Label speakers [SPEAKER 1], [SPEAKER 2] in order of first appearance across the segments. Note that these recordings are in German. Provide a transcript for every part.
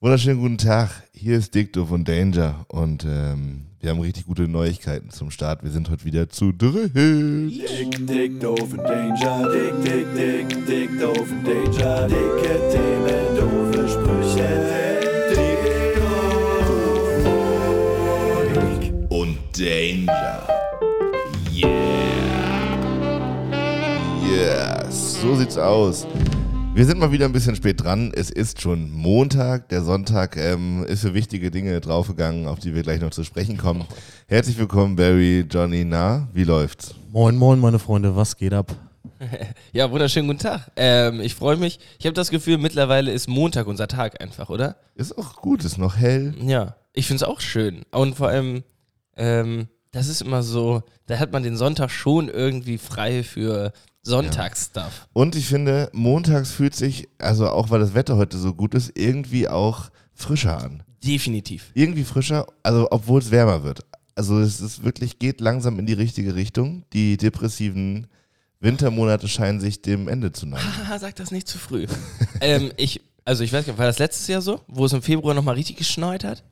[SPEAKER 1] Wunderschönen guten Tag, hier ist Dicto von Danger und ähm, wir haben richtig gute Neuigkeiten zum Start. Wir sind heute wieder zu dritt.
[SPEAKER 2] Dick, dick, doofen Danger, dick, dick, dick, dick, doofen Danger, dicke Themen, doofe Sprüche, dick, doof, dick.
[SPEAKER 1] Und Danger. Yeah. Yes, so sieht's aus. Wir sind mal wieder ein bisschen spät dran. Es ist schon Montag. Der Sonntag ähm, ist für wichtige Dinge draufgegangen, auf die wir gleich noch zu sprechen kommen. Herzlich willkommen, Barry, Johnny, na, wie läuft's?
[SPEAKER 3] Moin, moin, meine Freunde, was geht ab?
[SPEAKER 4] Ja, wunderschönen guten Tag. Ähm, ich freue mich. Ich habe das Gefühl, mittlerweile ist Montag unser Tag einfach, oder?
[SPEAKER 1] Ist auch gut, ist noch hell.
[SPEAKER 4] Ja. Ich finde es auch schön. Und vor allem, ähm, das ist immer so, da hat man den Sonntag schon irgendwie frei für Sonntagsstuff.
[SPEAKER 1] Und ich finde, montags fühlt sich, also auch weil das Wetter heute so gut ist, irgendwie auch frischer an.
[SPEAKER 4] Definitiv.
[SPEAKER 1] Irgendwie frischer, also obwohl es wärmer wird. Also es ist wirklich, geht langsam in die richtige Richtung. Die depressiven Wintermonate scheinen sich dem Ende zu neigen.
[SPEAKER 4] Haha, sag das nicht zu früh. ähm, ich, also ich weiß gar nicht, war das letztes Jahr so, wo es im Februar nochmal richtig geschneit hat?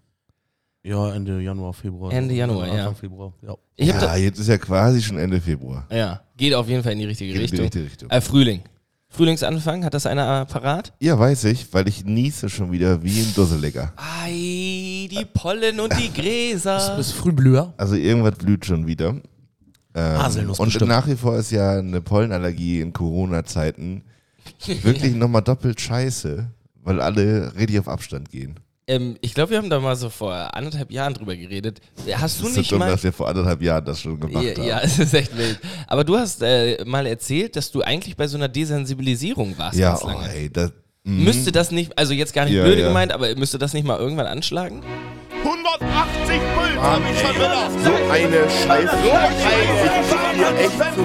[SPEAKER 3] Ja, Ende Januar, Februar.
[SPEAKER 4] Ende Januar,
[SPEAKER 3] Anfang
[SPEAKER 4] ja.
[SPEAKER 3] Februar, ja.
[SPEAKER 4] Ich hab
[SPEAKER 1] Ja,
[SPEAKER 4] da,
[SPEAKER 1] jetzt ist ja quasi schon Ende Februar.
[SPEAKER 4] ja, geht auf jeden Fall in die richtige
[SPEAKER 1] Geht in die
[SPEAKER 4] Richtung.
[SPEAKER 1] richtige Richtung.
[SPEAKER 4] Äh, Frühling. Frühlingsanfang, hat das einer äh, parat?
[SPEAKER 1] Ja, weiß ich, weil ich niese schon wieder wie ein Dusseliger.
[SPEAKER 4] Ei, die Pollen und die Gräser.
[SPEAKER 3] Bis Frühblüher.
[SPEAKER 1] Also irgendwas blüht schon wieder. Ähm,
[SPEAKER 3] Haselnuss
[SPEAKER 1] und
[SPEAKER 3] bestimmt.
[SPEAKER 1] nach wie vor ist ja eine Pollenallergie in Corona-Zeiten wirklich nochmal doppelt scheiße, weil alle richtig auf Abstand gehen.
[SPEAKER 4] Ähm, ich glaube, wir haben da mal so vor anderthalb Jahren drüber geredet. Hast du
[SPEAKER 1] Das ist
[SPEAKER 4] nicht
[SPEAKER 1] so dumm,
[SPEAKER 4] mal.
[SPEAKER 1] dass wir vor anderthalb Jahren das schon gemacht
[SPEAKER 4] Ja,
[SPEAKER 1] haben.
[SPEAKER 4] ja, es ist echt wild. Aber du hast äh, mal erzählt, dass du eigentlich bei so einer Desensibilisierung warst
[SPEAKER 1] ja
[SPEAKER 4] ganz
[SPEAKER 1] oh,
[SPEAKER 4] lange.
[SPEAKER 1] ey, das, mhm.
[SPEAKER 4] Müsste das nicht, also jetzt gar nicht
[SPEAKER 1] Ja,
[SPEAKER 4] blöde
[SPEAKER 1] ja.
[SPEAKER 4] gemeint, aber müsste das nicht mal irgendwann anschlagen?
[SPEAKER 5] 180 Puls hab ich schon wieder.
[SPEAKER 2] So eine Scheiße. So
[SPEAKER 5] echt zu viel.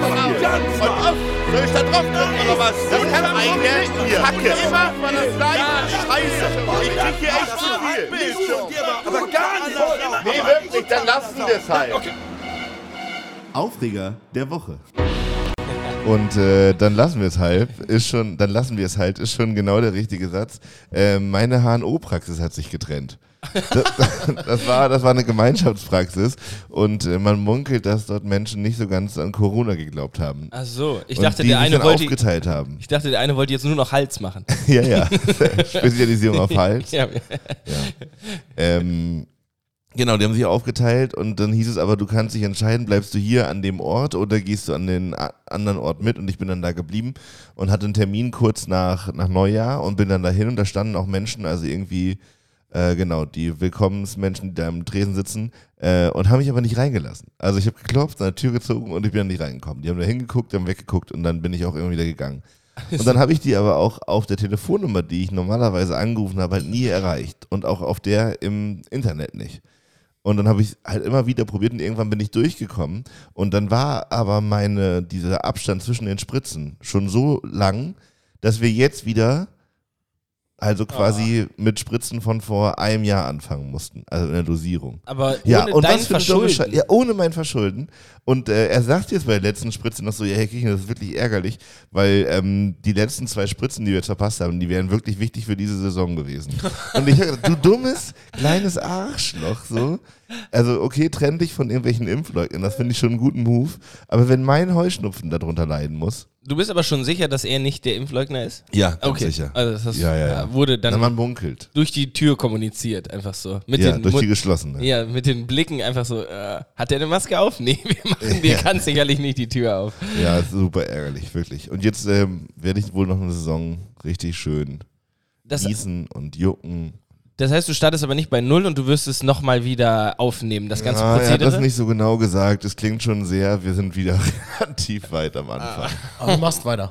[SPEAKER 5] Soll ich da drauf drücken oder was? Das ist eine Kacke. Immer war das gleiche. Scheiße. Ich krieg hier echt zu viel.
[SPEAKER 2] Aber gar nicht.
[SPEAKER 5] Nee, wirklich, dann lassen wir es halt.
[SPEAKER 1] Aufreger der Woche. Und äh, dann lassen wir es halb, ist schon, dann lassen wir es halt, ist schon genau der richtige Satz. Äh, meine HNO-Praxis hat sich getrennt. Das, das, war, das war eine Gemeinschaftspraxis und äh, man munkelt, dass dort Menschen nicht so ganz an Corona geglaubt haben.
[SPEAKER 4] Ach so, ich
[SPEAKER 1] und
[SPEAKER 4] dachte,
[SPEAKER 1] die
[SPEAKER 4] der
[SPEAKER 1] sich
[SPEAKER 4] eine
[SPEAKER 1] dann
[SPEAKER 4] wollte.
[SPEAKER 1] aufgeteilt haben.
[SPEAKER 4] Ich dachte, der eine wollte jetzt nur noch Hals machen.
[SPEAKER 1] ja, ja. Spezialisierung auf Hals.
[SPEAKER 4] ja,
[SPEAKER 1] Ähm, genau, die haben sich aufgeteilt und dann hieß es aber, du kannst dich entscheiden, bleibst du hier an dem Ort oder gehst du an den a- anderen Ort mit und ich bin dann da geblieben und hatte einen Termin kurz nach, nach Neujahr und bin dann dahin und da standen auch Menschen, also irgendwie, äh, genau, die Willkommensmenschen, die da im Tresen sitzen äh, und haben mich aber nicht reingelassen. Also ich habe geklopft, an der Tür gezogen und ich bin dann nicht reingekommen. Die haben da hingeguckt, haben weggeguckt und dann bin ich auch irgendwie wieder gegangen. Und dann habe ich die aber auch auf der Telefonnummer, die ich normalerweise angerufen habe, halt nie erreicht. Und auch auf der im Internet nicht. Und dann habe ich halt immer wieder probiert und irgendwann bin ich durchgekommen. Und dann war aber meine, dieser Abstand zwischen den Spritzen schon so lang, dass wir jetzt wieder, also quasi mit Spritzen von vor einem Jahr anfangen mussten. Also in der Dosierung.
[SPEAKER 4] aber
[SPEAKER 1] Ja,
[SPEAKER 4] ohne
[SPEAKER 1] und
[SPEAKER 4] dein
[SPEAKER 1] was für eine dumme Schei-
[SPEAKER 4] Verschulden.
[SPEAKER 1] ja, ohne mein Verschulden. Und äh, er sagt jetzt bei der letzten Spritze noch so, ja, Herr Kirchner, das ist wirklich ärgerlich, weil ähm, die letzten zwei Spritzen, die wir jetzt verpasst haben, die wären wirklich wichtig für diese Saison gewesen. Und ich hab gedacht, du dummes, kleines Arschloch, so. Also, okay, trenn dich von irgendwelchen Impfleugnern, das finde ich schon einen guten Move. Aber wenn mein Heuschnupfen darunter leiden muss,
[SPEAKER 4] Du bist aber schon sicher, dass er nicht der Impfleugner ist?
[SPEAKER 1] ja, ganz
[SPEAKER 4] Okay.
[SPEAKER 1] sicher.
[SPEAKER 4] Also das hast-
[SPEAKER 1] ja, ja, ja.
[SPEAKER 4] ja, wurde dann-
[SPEAKER 1] Na, man munkelt.
[SPEAKER 4] Durch die Tür kommuniziert, einfach so. Mit
[SPEAKER 1] Ja,
[SPEAKER 4] den
[SPEAKER 1] durch
[SPEAKER 4] Mund-
[SPEAKER 1] die geschlossene.
[SPEAKER 4] Ja, mit den Blicken einfach so, äh, hat der eine Maske auf? Nee, wir machen, wir
[SPEAKER 1] Ja.
[SPEAKER 4] kann sicherlich nicht die Tür auf.
[SPEAKER 1] Ja, super ärgerlich, wirklich. Und jetzt ähm, werde ich wohl noch eine Saison richtig schön
[SPEAKER 4] Das,
[SPEAKER 1] niesen und jucken.
[SPEAKER 4] das heißt, du startest aber nicht bei Null und du wirst es nochmal wieder aufnehmen, das ganze
[SPEAKER 1] Ah, er hat
[SPEAKER 4] Prozedere?
[SPEAKER 1] das nicht so genau gesagt. Es klingt schon sehr, wir sind wieder relativ weit am Anfang.
[SPEAKER 4] Ah.
[SPEAKER 3] Aber du machst weiter.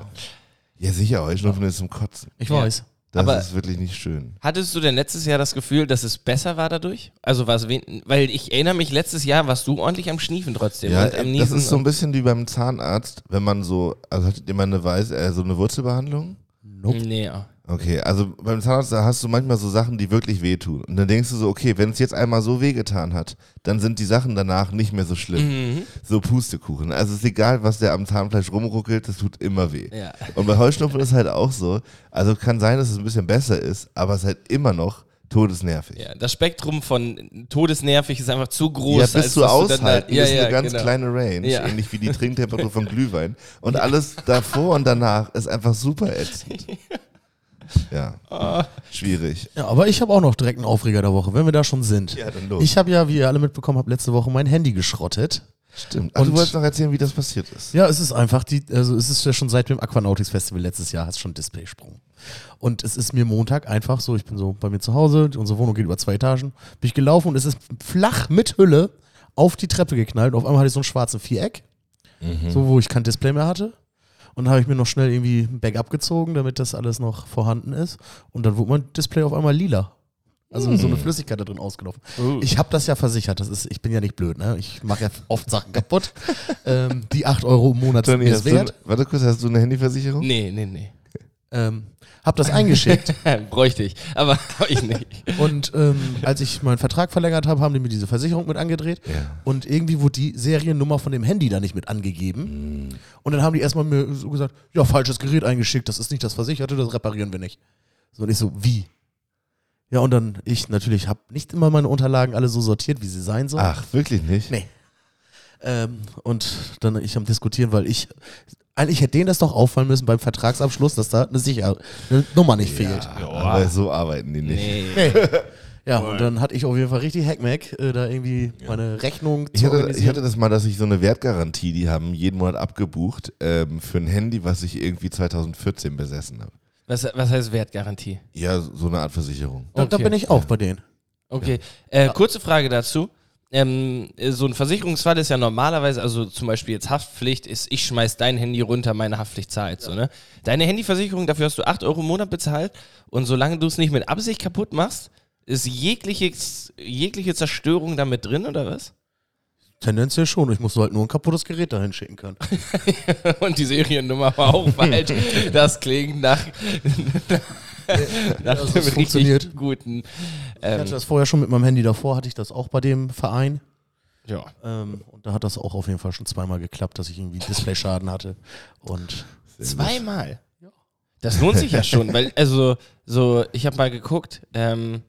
[SPEAKER 1] Ja, sicher, Heuschnupfen ist zum Kotzen.
[SPEAKER 3] Ich
[SPEAKER 4] Ja.
[SPEAKER 3] weiß.
[SPEAKER 1] Das
[SPEAKER 4] Aber-
[SPEAKER 1] ist wirklich nicht schön.
[SPEAKER 4] Hattest du denn letztes Jahr das Gefühl, dass es besser war dadurch? Also war es wen weil ich erinnere mich, letztes Jahr warst du ordentlich am Schniefen trotzdem
[SPEAKER 1] Ja,
[SPEAKER 4] und
[SPEAKER 1] das
[SPEAKER 4] am Niesen.
[SPEAKER 1] ist so ein
[SPEAKER 4] und-
[SPEAKER 1] bisschen wie beim Zahnarzt, wenn man so, also hattet ihr mal eine, Weiß, äh, so eine Wurzelbehandlung?
[SPEAKER 4] nee, oh.
[SPEAKER 1] Okay, also beim Zahnarzt da hast du manchmal so Sachen, die wirklich wehtun. Und dann denkst du so, okay, wenn es jetzt einmal so wehgetan hat, dann sind die Sachen danach nicht mehr so
[SPEAKER 4] Mhm.
[SPEAKER 1] schlimm. So Pustekuchen. Also es ist egal, was der am Zahnfleisch rumruckelt, das tut immer weh.
[SPEAKER 4] Ja.
[SPEAKER 1] Und bei Heuschnupfen ist halt auch so. Also kann sein, dass es ein bisschen besser ist, aber es ist halt immer noch todesnervig.
[SPEAKER 4] Ja, das Spektrum von todesnervig ist einfach zu groß.
[SPEAKER 1] ja, bis
[SPEAKER 4] als
[SPEAKER 1] zu
[SPEAKER 4] dass du dann da-
[SPEAKER 1] aushalten
[SPEAKER 4] Ja,
[SPEAKER 1] ist
[SPEAKER 4] ja,
[SPEAKER 1] eine ganz
[SPEAKER 4] genau.
[SPEAKER 1] kleine Range,
[SPEAKER 4] Ja.
[SPEAKER 1] ähnlich wie die Trinktemperatur von Glühwein. Und alles davor und danach ist einfach super ätzend. Ja,
[SPEAKER 4] Ah.
[SPEAKER 1] schwierig.
[SPEAKER 3] Ja, aber ich habe auch noch direkt einen Aufreger der Woche, wenn wir da schon sind.
[SPEAKER 1] Ja, dann los.
[SPEAKER 3] Ich habe ja, wie ihr alle mitbekommen habt, letzte Woche mein Handy geschrottet.
[SPEAKER 1] Stimmt. Ach, du
[SPEAKER 3] Und-
[SPEAKER 1] wolltest noch erzählen, wie das passiert ist.
[SPEAKER 3] Ja, es ist einfach die, also es ist ja schon seit dem Aquanautics Festival letztes Jahr, hat schon Displaysprung. Und es ist mir Montag einfach so, ich bin so bei mir zu Hause, unsere Wohnung geht über zwei Etagen, bin ich gelaufen und es ist flach mit Hülle auf die Treppe geknallt und auf einmal hatte ich so einen schwarzen Viereck, so wo ich kein Display mehr hatte. Und dann habe ich mir noch schnell irgendwie ein Backup gezogen, damit das alles noch vorhanden ist. Und dann wurde mein Display auf einmal lila. Also so eine Flüssigkeit da drin ausgelaufen. Ich habe das ja versichert. Das ist, ich bin ja nicht blöd, ne? Ich mache ja oft Sachen kaputt. ähm, die 8 Euro im Monat sind
[SPEAKER 1] Tony,
[SPEAKER 3] mir
[SPEAKER 1] hast
[SPEAKER 3] es
[SPEAKER 1] du,
[SPEAKER 3] wert.
[SPEAKER 1] warte kurz, hast du eine Handyversicherung?
[SPEAKER 4] Nee, nee, nee.
[SPEAKER 3] Ähm, hab das eingeschickt
[SPEAKER 4] Bräuchte ich, aber hab ich nicht.
[SPEAKER 3] und ähm, als ich meinen Vertrag verlängert habe, haben die mir diese Versicherung mit angedreht
[SPEAKER 1] Ja.
[SPEAKER 3] und irgendwie wurde die Seriennummer von dem Handy da nicht mit angegeben und dann haben die erstmal mir so gesagt, ja, falsches Gerät eingeschickt, das ist nicht das Versicherte, das reparieren wir nicht. So, und ich so, wie? Ja, und dann, ich natürlich habe nicht immer meine Unterlagen alle so sortiert, wie sie sein sollen.
[SPEAKER 1] Ach, wirklich nicht?
[SPEAKER 3] Nee. Ähm, und dann ich am diskutieren, weil ich eigentlich hätte denen das doch auffallen müssen beim Vertragsabschluss, dass da eine, Sicher eine Nummer nicht fehlt.
[SPEAKER 1] Aber so arbeiten die nicht.
[SPEAKER 4] Nee.
[SPEAKER 3] Ja, und dann hatte ich auf jeden Fall richtig Hackmack, äh, da irgendwie meine Rechnung
[SPEAKER 1] Ich
[SPEAKER 3] zu
[SPEAKER 1] hatte, ich
[SPEAKER 3] organisieren.
[SPEAKER 1] hatte das mal, dass ich so eine Wertgarantie, die haben jeden Monat abgebucht ähm, für ein Handy, was ich irgendwie 2014 besessen habe.
[SPEAKER 4] Was, was heißt Wertgarantie?
[SPEAKER 1] Ja, so eine Art Versicherung.
[SPEAKER 3] da, da
[SPEAKER 4] Okay.
[SPEAKER 3] bin ich auch bei denen.
[SPEAKER 4] Okay. Äh, kurze Frage dazu. Ähm, äh, so ein Versicherungsfall ist ja normalerweise, also zum Beispiel jetzt Haftpflicht ist, ich schmeiß dein Handy runter, meine Haftpflicht zahlt. So, ne? Deine Handyversicherung, dafür hast du 8 Euro im Monat bezahlt und solange du es nicht mit Absicht kaputt machst, ist jegliche, jegliche Zerstörung damit drin, oder was?
[SPEAKER 3] Tendenziell schon, ich muss halt nur ein kaputtes Gerät dahin schicken können.
[SPEAKER 4] Und die Seriennummer war auch falsch. Das klingt nach, nach
[SPEAKER 3] das
[SPEAKER 4] einem richtig
[SPEAKER 3] funktioniert.
[SPEAKER 4] guten.
[SPEAKER 3] Ich hatte
[SPEAKER 4] Ähm,
[SPEAKER 3] das vorher schon mit meinem Handy davor, hatte ich das auch bei dem Verein.
[SPEAKER 4] ja.
[SPEAKER 3] Ähm, und da hat das auch auf jeden Fall schon zweimal geklappt, dass ich irgendwie Displayschaden hatte. Und
[SPEAKER 4] Zweimal. Das lohnt sich ja schon, weil, also, so, ich habe mal geguckt, ähm,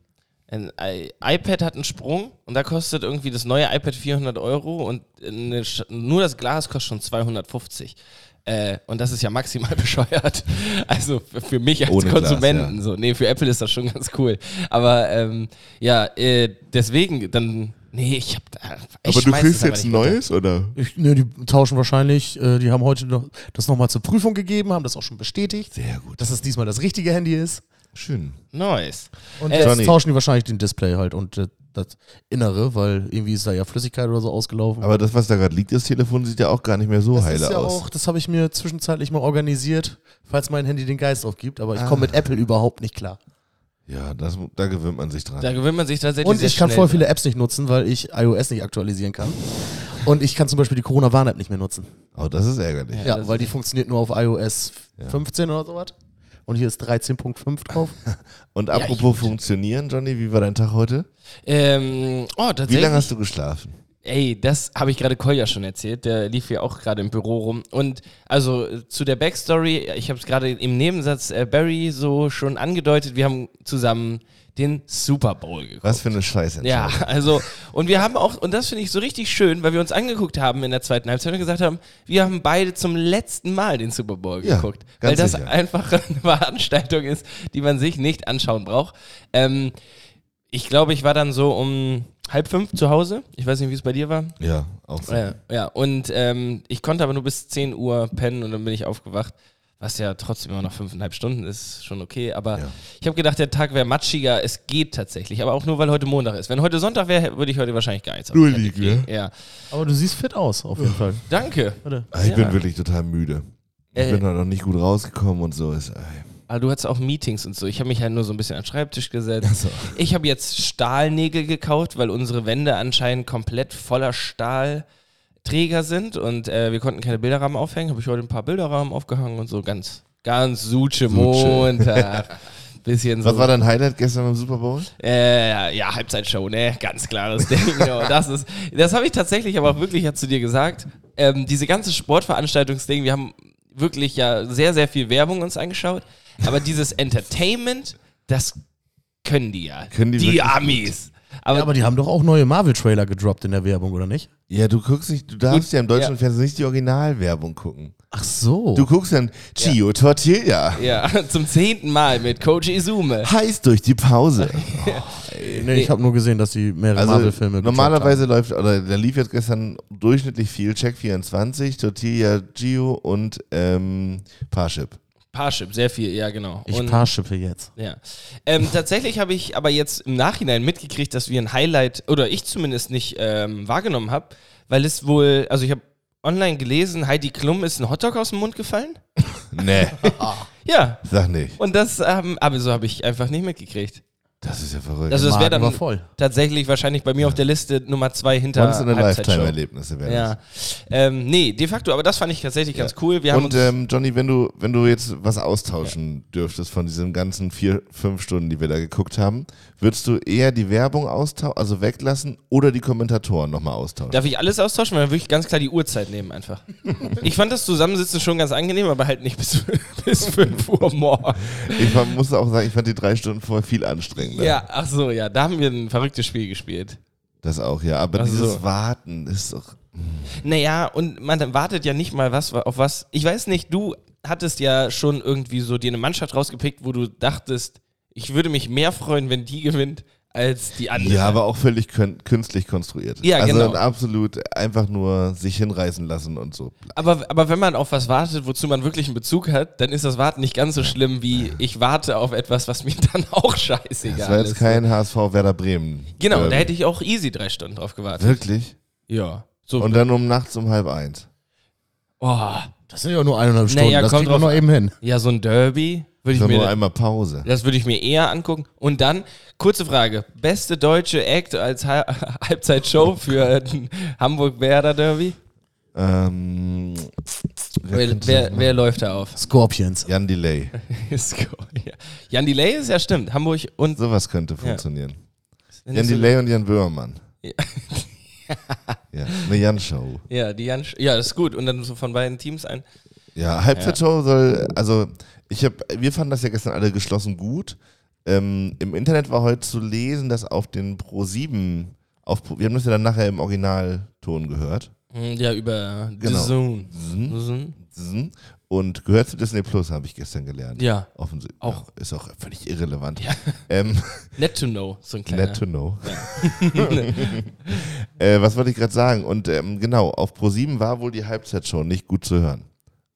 [SPEAKER 4] ein I iPad hat einen Sprung und da kostet irgendwie das neue iPad 400 Euro und eine, Sch- nur das Glas kostet schon 250. Äh, und das ist ja maximal bescheuert. Also für, für mich als
[SPEAKER 1] Ohne Glas,
[SPEAKER 4] Konsumenten.
[SPEAKER 1] ja.
[SPEAKER 4] so. Nee, für Apple ist das schon ganz cool. Aber ähm, ja, äh, deswegen, dann, nee, ich hab da. Ich
[SPEAKER 1] Aber du
[SPEAKER 4] schmeiß
[SPEAKER 1] kriegst
[SPEAKER 4] das aber
[SPEAKER 1] jetzt
[SPEAKER 4] nicht
[SPEAKER 1] ein
[SPEAKER 4] runter.
[SPEAKER 1] neues, oder?
[SPEAKER 3] ich, ne, die tauschen wahrscheinlich, äh, die haben heute noch, das nochmal zur Prüfung gegeben, haben das auch schon bestätigt,
[SPEAKER 1] Sehr gut.
[SPEAKER 3] dass es diesmal das richtige Handy ist.
[SPEAKER 1] Schön.
[SPEAKER 4] Neues.
[SPEAKER 3] Und
[SPEAKER 4] Äh,
[SPEAKER 3] jetzt
[SPEAKER 1] Johnny.
[SPEAKER 3] tauschen die wahrscheinlich den Display halt und äh, das Innere, weil irgendwie ist da ja Flüssigkeit oder so ausgelaufen.
[SPEAKER 1] Aber das, was da gerade liegt, das Telefon sieht ja auch gar nicht mehr so
[SPEAKER 3] das
[SPEAKER 1] heile
[SPEAKER 3] ist ja
[SPEAKER 1] aus.
[SPEAKER 3] auch, das habe ich mir zwischenzeitlich mal organisiert, falls mein Handy den Geist aufgibt, aber ich komme mit Apple überhaupt nicht klar.
[SPEAKER 1] ja, das, da gewöhnt man sich dran.
[SPEAKER 4] Da gewöhnt man sich tatsächlich.
[SPEAKER 3] Und
[SPEAKER 4] sehr
[SPEAKER 3] ich kann
[SPEAKER 4] schnell
[SPEAKER 3] voll
[SPEAKER 4] dran.
[SPEAKER 3] viele Apps nicht nutzen, weil ich iOS nicht aktualisieren kann. Und ich kann zum Beispiel die Corona-Warn-App nicht mehr nutzen.
[SPEAKER 1] oh, das ist ärgerlich.
[SPEAKER 3] Ja,
[SPEAKER 4] das
[SPEAKER 3] weil die funktioniert nur auf iOS 15 oder sowas. Und hier ist 13.5 drauf.
[SPEAKER 1] Und apropos funktionieren, Johnny, wie war dein Tag heute?
[SPEAKER 4] Ähm, oh, tatsächlich.
[SPEAKER 1] Wie lange hast du geschlafen?
[SPEAKER 4] Ey, das habe ich gerade Kolja schon erzählt. Der lief hier auch gerade im Büro rum. Und also äh, zu der Backstory, ich habe es gerade im Nebensatz äh, Barry so schon angedeutet. Wir haben zusammen den Super Bowl geguckt.
[SPEAKER 1] Was für eine Scheiße.
[SPEAKER 4] Ja, also, und wir haben auch, und das finde ich so richtig schön, weil wir uns angeguckt haben in der zweiten Halbzeit und gesagt haben, wir haben beide zum letzten Mal den Super Bowl
[SPEAKER 1] Ja,
[SPEAKER 4] geguckt.
[SPEAKER 1] ganz
[SPEAKER 4] weil das
[SPEAKER 1] sicher.
[SPEAKER 4] einfach eine Veranstaltung ist, die man sich nicht anschauen braucht. Ähm, ich glaube, ich war dann so um halb fünf zu Hause. Ich weiß nicht, wie es bei dir war.
[SPEAKER 1] Ja, auch so.
[SPEAKER 4] Ja, ja. und ähm, ich konnte aber nur bis 10 Uhr pennen und dann bin ich aufgewacht, was ja trotzdem immer noch fünfeinhalb Stunden ist, schon okay. Aber
[SPEAKER 1] Ja.
[SPEAKER 4] ich habe gedacht, der Tag wäre matschiger, es geht tatsächlich, aber auch nur, weil heute Montag ist. Wenn heute Sonntag wäre, würde ich heute wahrscheinlich gar nichts auf die
[SPEAKER 1] Nur
[SPEAKER 4] Kette
[SPEAKER 1] liegen,
[SPEAKER 4] kriegen. Ja,
[SPEAKER 3] Aber du siehst fit aus, auf jeden Fall.
[SPEAKER 4] danke.
[SPEAKER 3] Warte.
[SPEAKER 1] Ah, Ich
[SPEAKER 4] Ja.
[SPEAKER 1] bin wirklich total müde. Ich
[SPEAKER 4] Äh.
[SPEAKER 1] bin heute noch nicht gut rausgekommen und so ist. ey.
[SPEAKER 4] Aber Also du hattest auch Meetings und so. Ich habe mich halt nur so ein bisschen an den Schreibtisch gesetzt. Ich habe jetzt Stahlnägel gekauft, weil unsere Wände anscheinend komplett voller Stahlträger sind und äh, wir konnten keine Bilderrahmen aufhängen. Habe ich heute ein paar Bilderrahmen aufgehangen und so ganz, ganz suche Montag. Bisschen so.
[SPEAKER 1] Was war dein Highlight gestern beim Super Bowl?
[SPEAKER 4] Äh, ja, Halbzeitshow, ne? Ganz klares Ding. Ja, das ist, das habe ich tatsächlich aber auch wirklich ja zu dir gesagt. Ähm, diese ganze Sportveranstaltungsding, wir haben wirklich ja sehr, sehr viel Werbung uns angeschaut. Aber dieses Entertainment, das können die ja.
[SPEAKER 1] Können die
[SPEAKER 4] die
[SPEAKER 1] wirklich
[SPEAKER 4] Amis. Aber,
[SPEAKER 3] Ja, aber die haben doch auch neue Marvel-Trailer gedroppt in der Werbung, oder nicht?
[SPEAKER 1] Ja, du guckst nicht, du darfst
[SPEAKER 4] Gut,
[SPEAKER 1] ja im deutschen
[SPEAKER 4] ja.
[SPEAKER 1] Fernsehen nicht die Originalwerbung gucken.
[SPEAKER 3] Ach so.
[SPEAKER 1] Du guckst dann Chio Tortilla.
[SPEAKER 4] ja, zum zehnten Mal mit Coach Izume.
[SPEAKER 1] Heiß durch die Pause.
[SPEAKER 3] nee, ich habe nur gesehen, dass die mehrere
[SPEAKER 1] Also
[SPEAKER 3] Marvel-Filme gedroppt
[SPEAKER 1] normalerweise läuft, oder da lief jetzt gestern durchschnittlich viel Check 24, Tortilla, Gio und ähm, Parship.
[SPEAKER 4] Parship, sehr viel, ja genau.
[SPEAKER 3] haben.
[SPEAKER 4] Und-
[SPEAKER 3] Ich parschippe jetzt.
[SPEAKER 4] Ja. Ähm, tatsächlich habe ich aber jetzt im Nachhinein mitgekriegt, dass wir ein Highlight, oder ich zumindest nicht ähm, wahrgenommen habe, weil es wohl, also ich habe online gelesen, Heidi Klum ist ein Hotdog aus dem Mund gefallen.
[SPEAKER 1] Nee,
[SPEAKER 4] Ja,
[SPEAKER 1] sag nicht.
[SPEAKER 4] und das, ähm, aber so habe ich einfach nicht mitgekriegt.
[SPEAKER 1] Das ist ja verrückt.
[SPEAKER 4] Also es wäre
[SPEAKER 3] Magen war
[SPEAKER 4] dann
[SPEAKER 3] voll.
[SPEAKER 4] tatsächlich wahrscheinlich bei mir auf der Liste Nummer zwei hinter
[SPEAKER 1] Once in a
[SPEAKER 4] Halbzeitshow.
[SPEAKER 1] Lifetime-Erlebnisse wäre das.
[SPEAKER 4] Ja. Ähm, nee, de facto, aber das fand ich tatsächlich ganz cool. Wir haben
[SPEAKER 1] und
[SPEAKER 4] uns,
[SPEAKER 1] ähm, Johnny, wenn du, wenn du jetzt was austauschen dürftest von diesen ganzen vier, fünf Stunden, die wir da geguckt haben, würdest du eher die Werbung austauschen, also weglassen oder die Kommentatoren nochmal austauschen?
[SPEAKER 4] Darf ich alles austauschen? Weil dann würde ich ganz klar die Uhrzeit nehmen einfach. Ich fand das Zusammensitzen schon ganz angenehm, aber halt nicht bis, bis 5 Uhr morgens.
[SPEAKER 1] ich fand- muss auch sagen, ich fand die drei Stunden vorher viel anstrengender.
[SPEAKER 4] Ja, ach so, ja, da haben wir ein verrücktes Spiel gespielt.
[SPEAKER 1] Das auch, ja. Aber
[SPEAKER 4] Ach
[SPEAKER 1] dieses
[SPEAKER 4] so.
[SPEAKER 1] Warten ist doch.
[SPEAKER 4] Naja, und man wartet ja nicht mal was auf was. Ich weiß nicht, du hattest ja schon irgendwie so dir eine Mannschaft rausgepickt, wo du dachtest, ich würde mich mehr freuen, wenn die gewinnt, als die andere.
[SPEAKER 1] Ja, aber auch völlig kün künstlich konstruiert.
[SPEAKER 4] Ja,
[SPEAKER 1] also
[SPEAKER 4] genau.
[SPEAKER 1] absolut einfach nur sich hinreißen lassen und so.
[SPEAKER 4] Aber, aber wenn man auf was wartet, wozu man wirklich einen Bezug hat, dann ist das Warten nicht ganz so schlimm wie ich warte auf etwas, was mir dann auch scheißegal
[SPEAKER 1] Das war jetzt
[SPEAKER 4] ist.
[SPEAKER 1] kein HSV Werder Bremen.
[SPEAKER 4] Genau,
[SPEAKER 1] Ähm,
[SPEAKER 4] da hätte ich auch easy drei Stunden drauf gewartet.
[SPEAKER 1] Wirklich?
[SPEAKER 4] Ja. So,
[SPEAKER 1] Und dann um nachts um halb eins.
[SPEAKER 4] oh,
[SPEAKER 3] Das sind ja nur eineinhalb Stunden.
[SPEAKER 4] Naja,
[SPEAKER 3] das
[SPEAKER 4] kommt
[SPEAKER 3] kriegt man
[SPEAKER 4] drauf
[SPEAKER 3] noch eben hin.
[SPEAKER 4] ja, so ein Derby würde ich
[SPEAKER 1] Dann nur
[SPEAKER 4] mir,
[SPEAKER 1] einmal Pause.
[SPEAKER 4] das würde ich mir eher angucken. Und dann, kurze Frage, beste deutsche Act als Ha- Halbzeitshow für den Hamburg-Werder Derby?
[SPEAKER 1] Ähm, wer
[SPEAKER 4] Wer,
[SPEAKER 1] könnte-
[SPEAKER 4] wer, wer läuft da auf?
[SPEAKER 3] Scorpions.
[SPEAKER 1] Jan Delay.
[SPEAKER 4] ja. Jan Delay ist ja stimmt, Hamburg und...
[SPEAKER 1] Sowas könnte funktionieren. Jan Delay und Jan Böhmermann.
[SPEAKER 4] Ja.
[SPEAKER 1] ja. Eine Jan-Show.
[SPEAKER 4] Ja, die Jan, ja, das ist gut. Und dann so von beiden Teams ein.
[SPEAKER 1] Ja, Halbzeitshow soll, also ich habe, wir fanden das ja gestern alle geschlossen gut. Ähm, Im Internet war heute zu lesen, dass auf den Pro 7, auf, Pro- wir haben das ja dann nachher im Originalton gehört.
[SPEAKER 4] Hm, Ja, über
[SPEAKER 1] Genau.
[SPEAKER 4] The
[SPEAKER 1] Zzn,
[SPEAKER 4] Zone.
[SPEAKER 1] zzn. Und gehört zu Disney Plus, habe ich gestern gelernt.
[SPEAKER 4] Ja,
[SPEAKER 1] Offensichtlich.
[SPEAKER 4] Auch.
[SPEAKER 1] Ist auch völlig irrelevant. Ähm,
[SPEAKER 4] net to know, so ein kleiner.
[SPEAKER 1] Net to know. äh, was wollte ich gerade sagen? Und ähm, genau, auf Pro7 war wohl die Halbzeitshow nicht gut zu hören.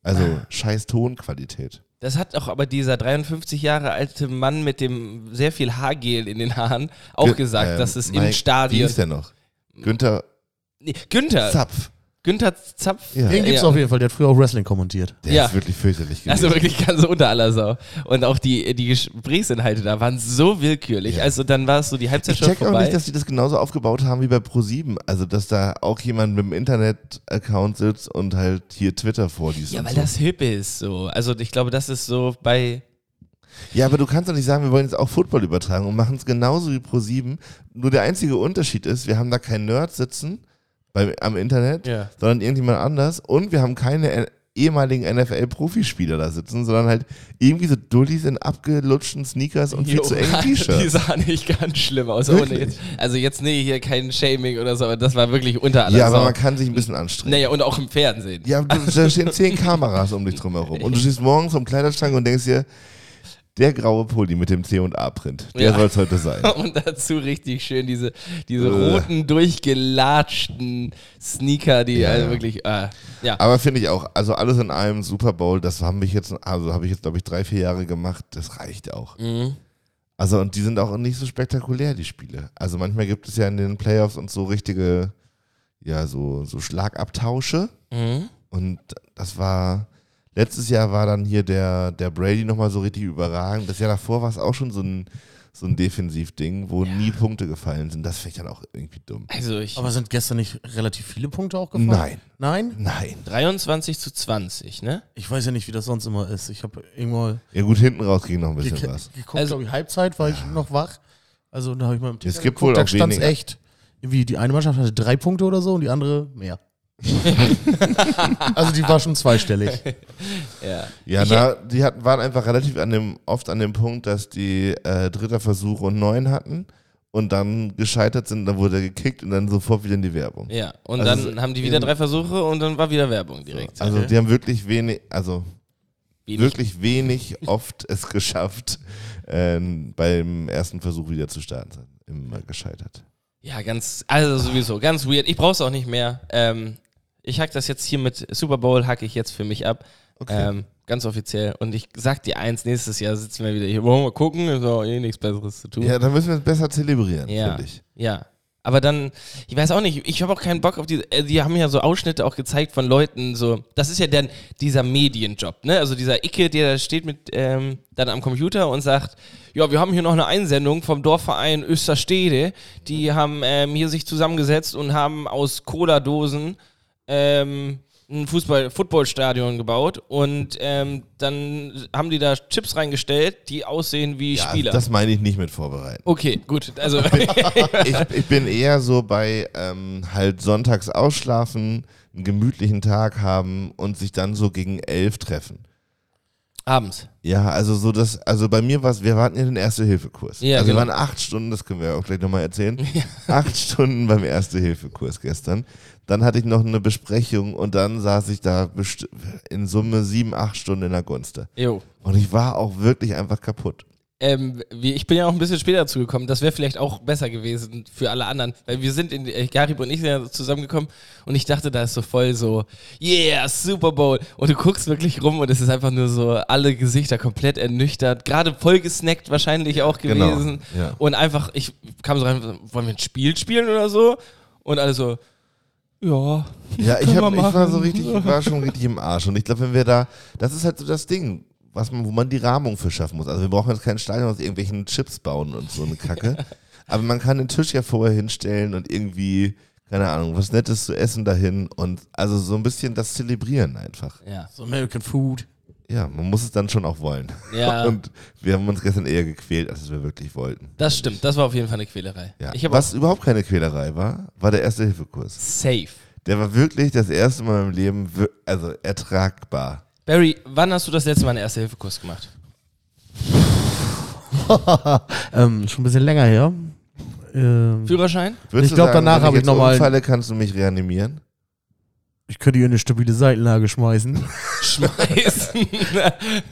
[SPEAKER 1] Also
[SPEAKER 4] Ah.
[SPEAKER 1] scheiß Tonqualität.
[SPEAKER 4] Das hat auch aber dieser 53 Jahre alte Mann mit dem sehr viel Haargel in den Haaren auch
[SPEAKER 1] Gü-
[SPEAKER 4] gesagt,
[SPEAKER 1] ähm,
[SPEAKER 4] dass es
[SPEAKER 1] Mike,
[SPEAKER 4] im
[SPEAKER 1] Wie
[SPEAKER 4] Stadion.
[SPEAKER 1] ist der noch? Günther
[SPEAKER 4] Nee, Günther,
[SPEAKER 1] Zapf.
[SPEAKER 4] Günther Zapf.
[SPEAKER 1] Ja.
[SPEAKER 3] Den gibt's
[SPEAKER 4] Ja.
[SPEAKER 3] auf jeden Fall. Der hat früher auch Wrestling kommentiert.
[SPEAKER 1] Der
[SPEAKER 4] Ja.
[SPEAKER 1] ist wirklich fürchterlich gewesen.
[SPEAKER 4] Also wirklich ganz unter aller Sau. Und auch die, die Gesprächsinhalte da waren so willkürlich.
[SPEAKER 1] Ja.
[SPEAKER 4] Also dann war es so die
[SPEAKER 1] ich
[SPEAKER 4] Halbzeit schon
[SPEAKER 1] check auch
[SPEAKER 4] vorbei.
[SPEAKER 1] nicht, dass die das genauso aufgebaut haben wie bei Pro7. Also, dass da auch jemand mit dem Internet-Account sitzt und halt hier Twitter vorliest.
[SPEAKER 4] ja,
[SPEAKER 1] und
[SPEAKER 4] weil
[SPEAKER 1] so.
[SPEAKER 4] das hip ist so. Also ich glaube, das ist so bei
[SPEAKER 1] Ja, aber du kannst doch nicht sagen, wir wollen jetzt auch Football übertragen und machen es genauso wie Pro7. Nur der einzige Unterschied ist, wir haben da keinen Nerd sitzen beim, am Internet,
[SPEAKER 4] Ja.
[SPEAKER 1] sondern irgendjemand anders und wir haben keine N- ehemaligen NFL-Profispieler da sitzen, sondern halt irgendwie so Dullis in abgelutschten Sneakers und viel zu engen
[SPEAKER 4] Die
[SPEAKER 1] T-Shirts.
[SPEAKER 4] sahen nicht ganz schlimm aus.
[SPEAKER 1] Wirklich?
[SPEAKER 4] Ohne jetzt, also jetzt nee, hier kein Shaming oder so, aber das war wirklich unter aller
[SPEAKER 1] Ja, aber
[SPEAKER 4] Sau.
[SPEAKER 1] man kann sich ein bisschen anstrengen.
[SPEAKER 4] naja, und auch im Fernsehen.
[SPEAKER 1] Ja, du, da stehen zehn Kameras um dich drum herum. Und du stehst morgens am Kleiderschrank und denkst dir, der graue Pulli mit dem C&A-Print, der
[SPEAKER 4] Ja.
[SPEAKER 1] soll's heute sein.
[SPEAKER 4] Und dazu richtig schön diese, diese
[SPEAKER 1] Äh.
[SPEAKER 4] roten, durchgelatschten Sneaker, die
[SPEAKER 1] Ja,
[SPEAKER 4] also
[SPEAKER 1] ja.
[SPEAKER 4] wirklich. Äh, ja.
[SPEAKER 1] Aber finde ich auch, also alles in allem Super Bowl, das haben wir jetzt, also habe ich jetzt glaube ich drei, vier Jahre gemacht, das reicht auch. Also und die sind auch nicht so spektakulär, die Spiele. Also manchmal gibt es ja in den Playoffs und so richtige, ja, so, so Schlagabtausche. Und das war, letztes Jahr war dann hier der, der Brady nochmal so richtig überragend. Das Jahr davor war es auch schon so ein, so ein Defensivding, wo nie Punkte gefallen sind. Das finde ich dann auch irgendwie dumm.
[SPEAKER 4] Also ich.
[SPEAKER 3] Aber sind gestern nicht relativ viele Punkte auch gefallen?
[SPEAKER 1] Nein.
[SPEAKER 3] Nein?
[SPEAKER 1] Nein.
[SPEAKER 4] 23 zu 20, ne?
[SPEAKER 3] Ich weiß ja nicht, wie das sonst immer ist. Ich habe irgendwo
[SPEAKER 1] Ja gut, hinten raus ging noch ein bisschen
[SPEAKER 3] gek-
[SPEAKER 1] was.
[SPEAKER 3] geguckt,
[SPEAKER 4] Also-
[SPEAKER 3] also, glaube ich, Halbzeit war ich noch wach. Also da habe ich mal im Ticker
[SPEAKER 1] gibt wohl
[SPEAKER 3] da
[SPEAKER 1] auch
[SPEAKER 3] stand's
[SPEAKER 1] weniger.
[SPEAKER 3] echt. Wie die eine Mannschaft hatte drei Punkte oder so und die andere mehr. Also die war schon zweistellig.
[SPEAKER 4] Ja.
[SPEAKER 1] Ja,
[SPEAKER 4] Ich-
[SPEAKER 1] na, die hatten, waren einfach relativ an dem, oft an dem Punkt, dass die äh, dritter Versuch und neun hatten und dann gescheitert sind, dann wurde er gekickt und dann sofort wieder in die Werbung.
[SPEAKER 4] Ja, und
[SPEAKER 1] Also
[SPEAKER 4] dann
[SPEAKER 1] so
[SPEAKER 4] haben die wieder
[SPEAKER 1] in-
[SPEAKER 4] drei Versuche und dann war wieder Werbung direkt.
[SPEAKER 1] Also die haben wirklich wenig, also
[SPEAKER 4] Wenig.
[SPEAKER 1] wirklich wenig oft es geschafft, ähm, beim ersten Versuch wieder zu starten. Sind Immer gescheitert.
[SPEAKER 4] Ja, ganz, also sowieso, ganz weird. Ich brauch's auch nicht mehr. Ähm, ich hack das jetzt hier mit Super Bowl, hacke ich jetzt für mich ab.
[SPEAKER 1] Okay.
[SPEAKER 4] Ähm, ganz offiziell. Und ich sag dir eins, nächstes Jahr sitzen wir wieder hier. Wollen wir mal gucken? Ist auch eh nichts Besseres zu tun.
[SPEAKER 1] Ja, dann müssen wir es besser zelebrieren,
[SPEAKER 4] Ja.
[SPEAKER 1] finde ich.
[SPEAKER 4] ja. Aber dann, ich weiß auch nicht, ich habe auch keinen Bock auf die, äh, die haben ja so Ausschnitte auch gezeigt von Leuten, so, das ist ja dann dieser Medienjob, ne? Also dieser Icke, der da steht mit, ähm, dann am Computer und sagt, ja, wir haben hier noch eine Einsendung vom Dorfverein Österstede, die haben ähm, hier sich zusammengesetzt und haben aus Cola-Dosen ähm, ein Fußball, Footballstadion gebaut und ähm, dann haben die da Chips reingestellt, die aussehen wie
[SPEAKER 1] Ja,
[SPEAKER 4] Spieler.
[SPEAKER 1] das meine ich nicht mit vorbereiten.
[SPEAKER 4] okay, gut, also...
[SPEAKER 1] ich, ich bin eher so bei ähm, halt sonntags ausschlafen, einen gemütlichen Tag haben und sich dann so gegen elf treffen.
[SPEAKER 4] Abends.
[SPEAKER 1] Ja, also so das, also bei mir war es, wir hatten ja den Erste-Hilfe-Kurs.
[SPEAKER 4] Ja,
[SPEAKER 1] also wir
[SPEAKER 4] genau.
[SPEAKER 1] waren acht Stunden, das können wir auch gleich nochmal erzählen, acht Stunden beim Erste-Hilfe-Kurs gestern. Dann hatte ich noch eine Besprechung und dann saß ich da best- in Summe sieben, acht Stunden in der Gunste.
[SPEAKER 4] Jo.
[SPEAKER 1] Und ich war auch wirklich einfach kaputt.
[SPEAKER 4] Ähm, wie- ich bin ja auch ein bisschen später dazu gekommen. Das wäre vielleicht auch besser gewesen für alle anderen. Weil wir sind in, äh, Garib und ich sind ja zusammengekommen und ich dachte, da ist so voll so, yeah, Super Bowl. Und du guckst wirklich rum und es ist einfach nur so, alle Gesichter komplett ernüchtert. Gerade vollgesnackt wahrscheinlich auch
[SPEAKER 1] genau,
[SPEAKER 4] gewesen.
[SPEAKER 1] ja.
[SPEAKER 4] Und einfach, ich kam so rein, wollen wir ein Spiel spielen oder so? Und alle so, ja.
[SPEAKER 1] Ja, ich,
[SPEAKER 4] Können
[SPEAKER 1] hab,
[SPEAKER 4] wir
[SPEAKER 1] ich war so
[SPEAKER 4] machen.
[SPEAKER 1] richtig, ich war schon richtig im Arsch. Und ich glaube, wenn wir da, das ist halt so das Ding, was man, wo man die Rahmung für schaffen muss. Also wir brauchen jetzt kein Stadion aus irgendwelchen Chips bauen und so eine Kacke. Aber man kann den Tisch ja vorher hinstellen und irgendwie, keine Ahnung, was Nettes zu essen dahin und also so ein bisschen das Zelebrieren einfach.
[SPEAKER 4] Ja.
[SPEAKER 3] So American Food.
[SPEAKER 1] Ja, man muss es dann schon auch wollen.
[SPEAKER 4] Ja.
[SPEAKER 1] Und wir haben uns gestern eher gequält, als wir wirklich wollten.
[SPEAKER 4] Das stimmt. Das war auf jeden Fall eine Quälerei.
[SPEAKER 1] Ja.
[SPEAKER 4] Ich habe auch
[SPEAKER 1] was überhaupt keine Quälerei war, war der Erste-Hilfe-Kurs.
[SPEAKER 4] safe.
[SPEAKER 1] Der war wirklich das erste Mal im Leben, wir- also ertragbar.
[SPEAKER 4] Barry, wann hast du das letzte Mal einen Erste-Hilfe-Kurs gemacht?
[SPEAKER 3] ähm, schon ein bisschen länger her. Ähm,
[SPEAKER 4] Führerschein?
[SPEAKER 1] Würdest
[SPEAKER 3] Ich glaub,
[SPEAKER 1] du sagen,
[SPEAKER 3] danach
[SPEAKER 1] wenn
[SPEAKER 3] hab ich
[SPEAKER 1] jetzt
[SPEAKER 3] noch mal-
[SPEAKER 1] Unfalle kannst du mich reanimieren.
[SPEAKER 3] ich könnte ihr in eine stabile Seitenlage schmeißen.
[SPEAKER 4] Schmeißen.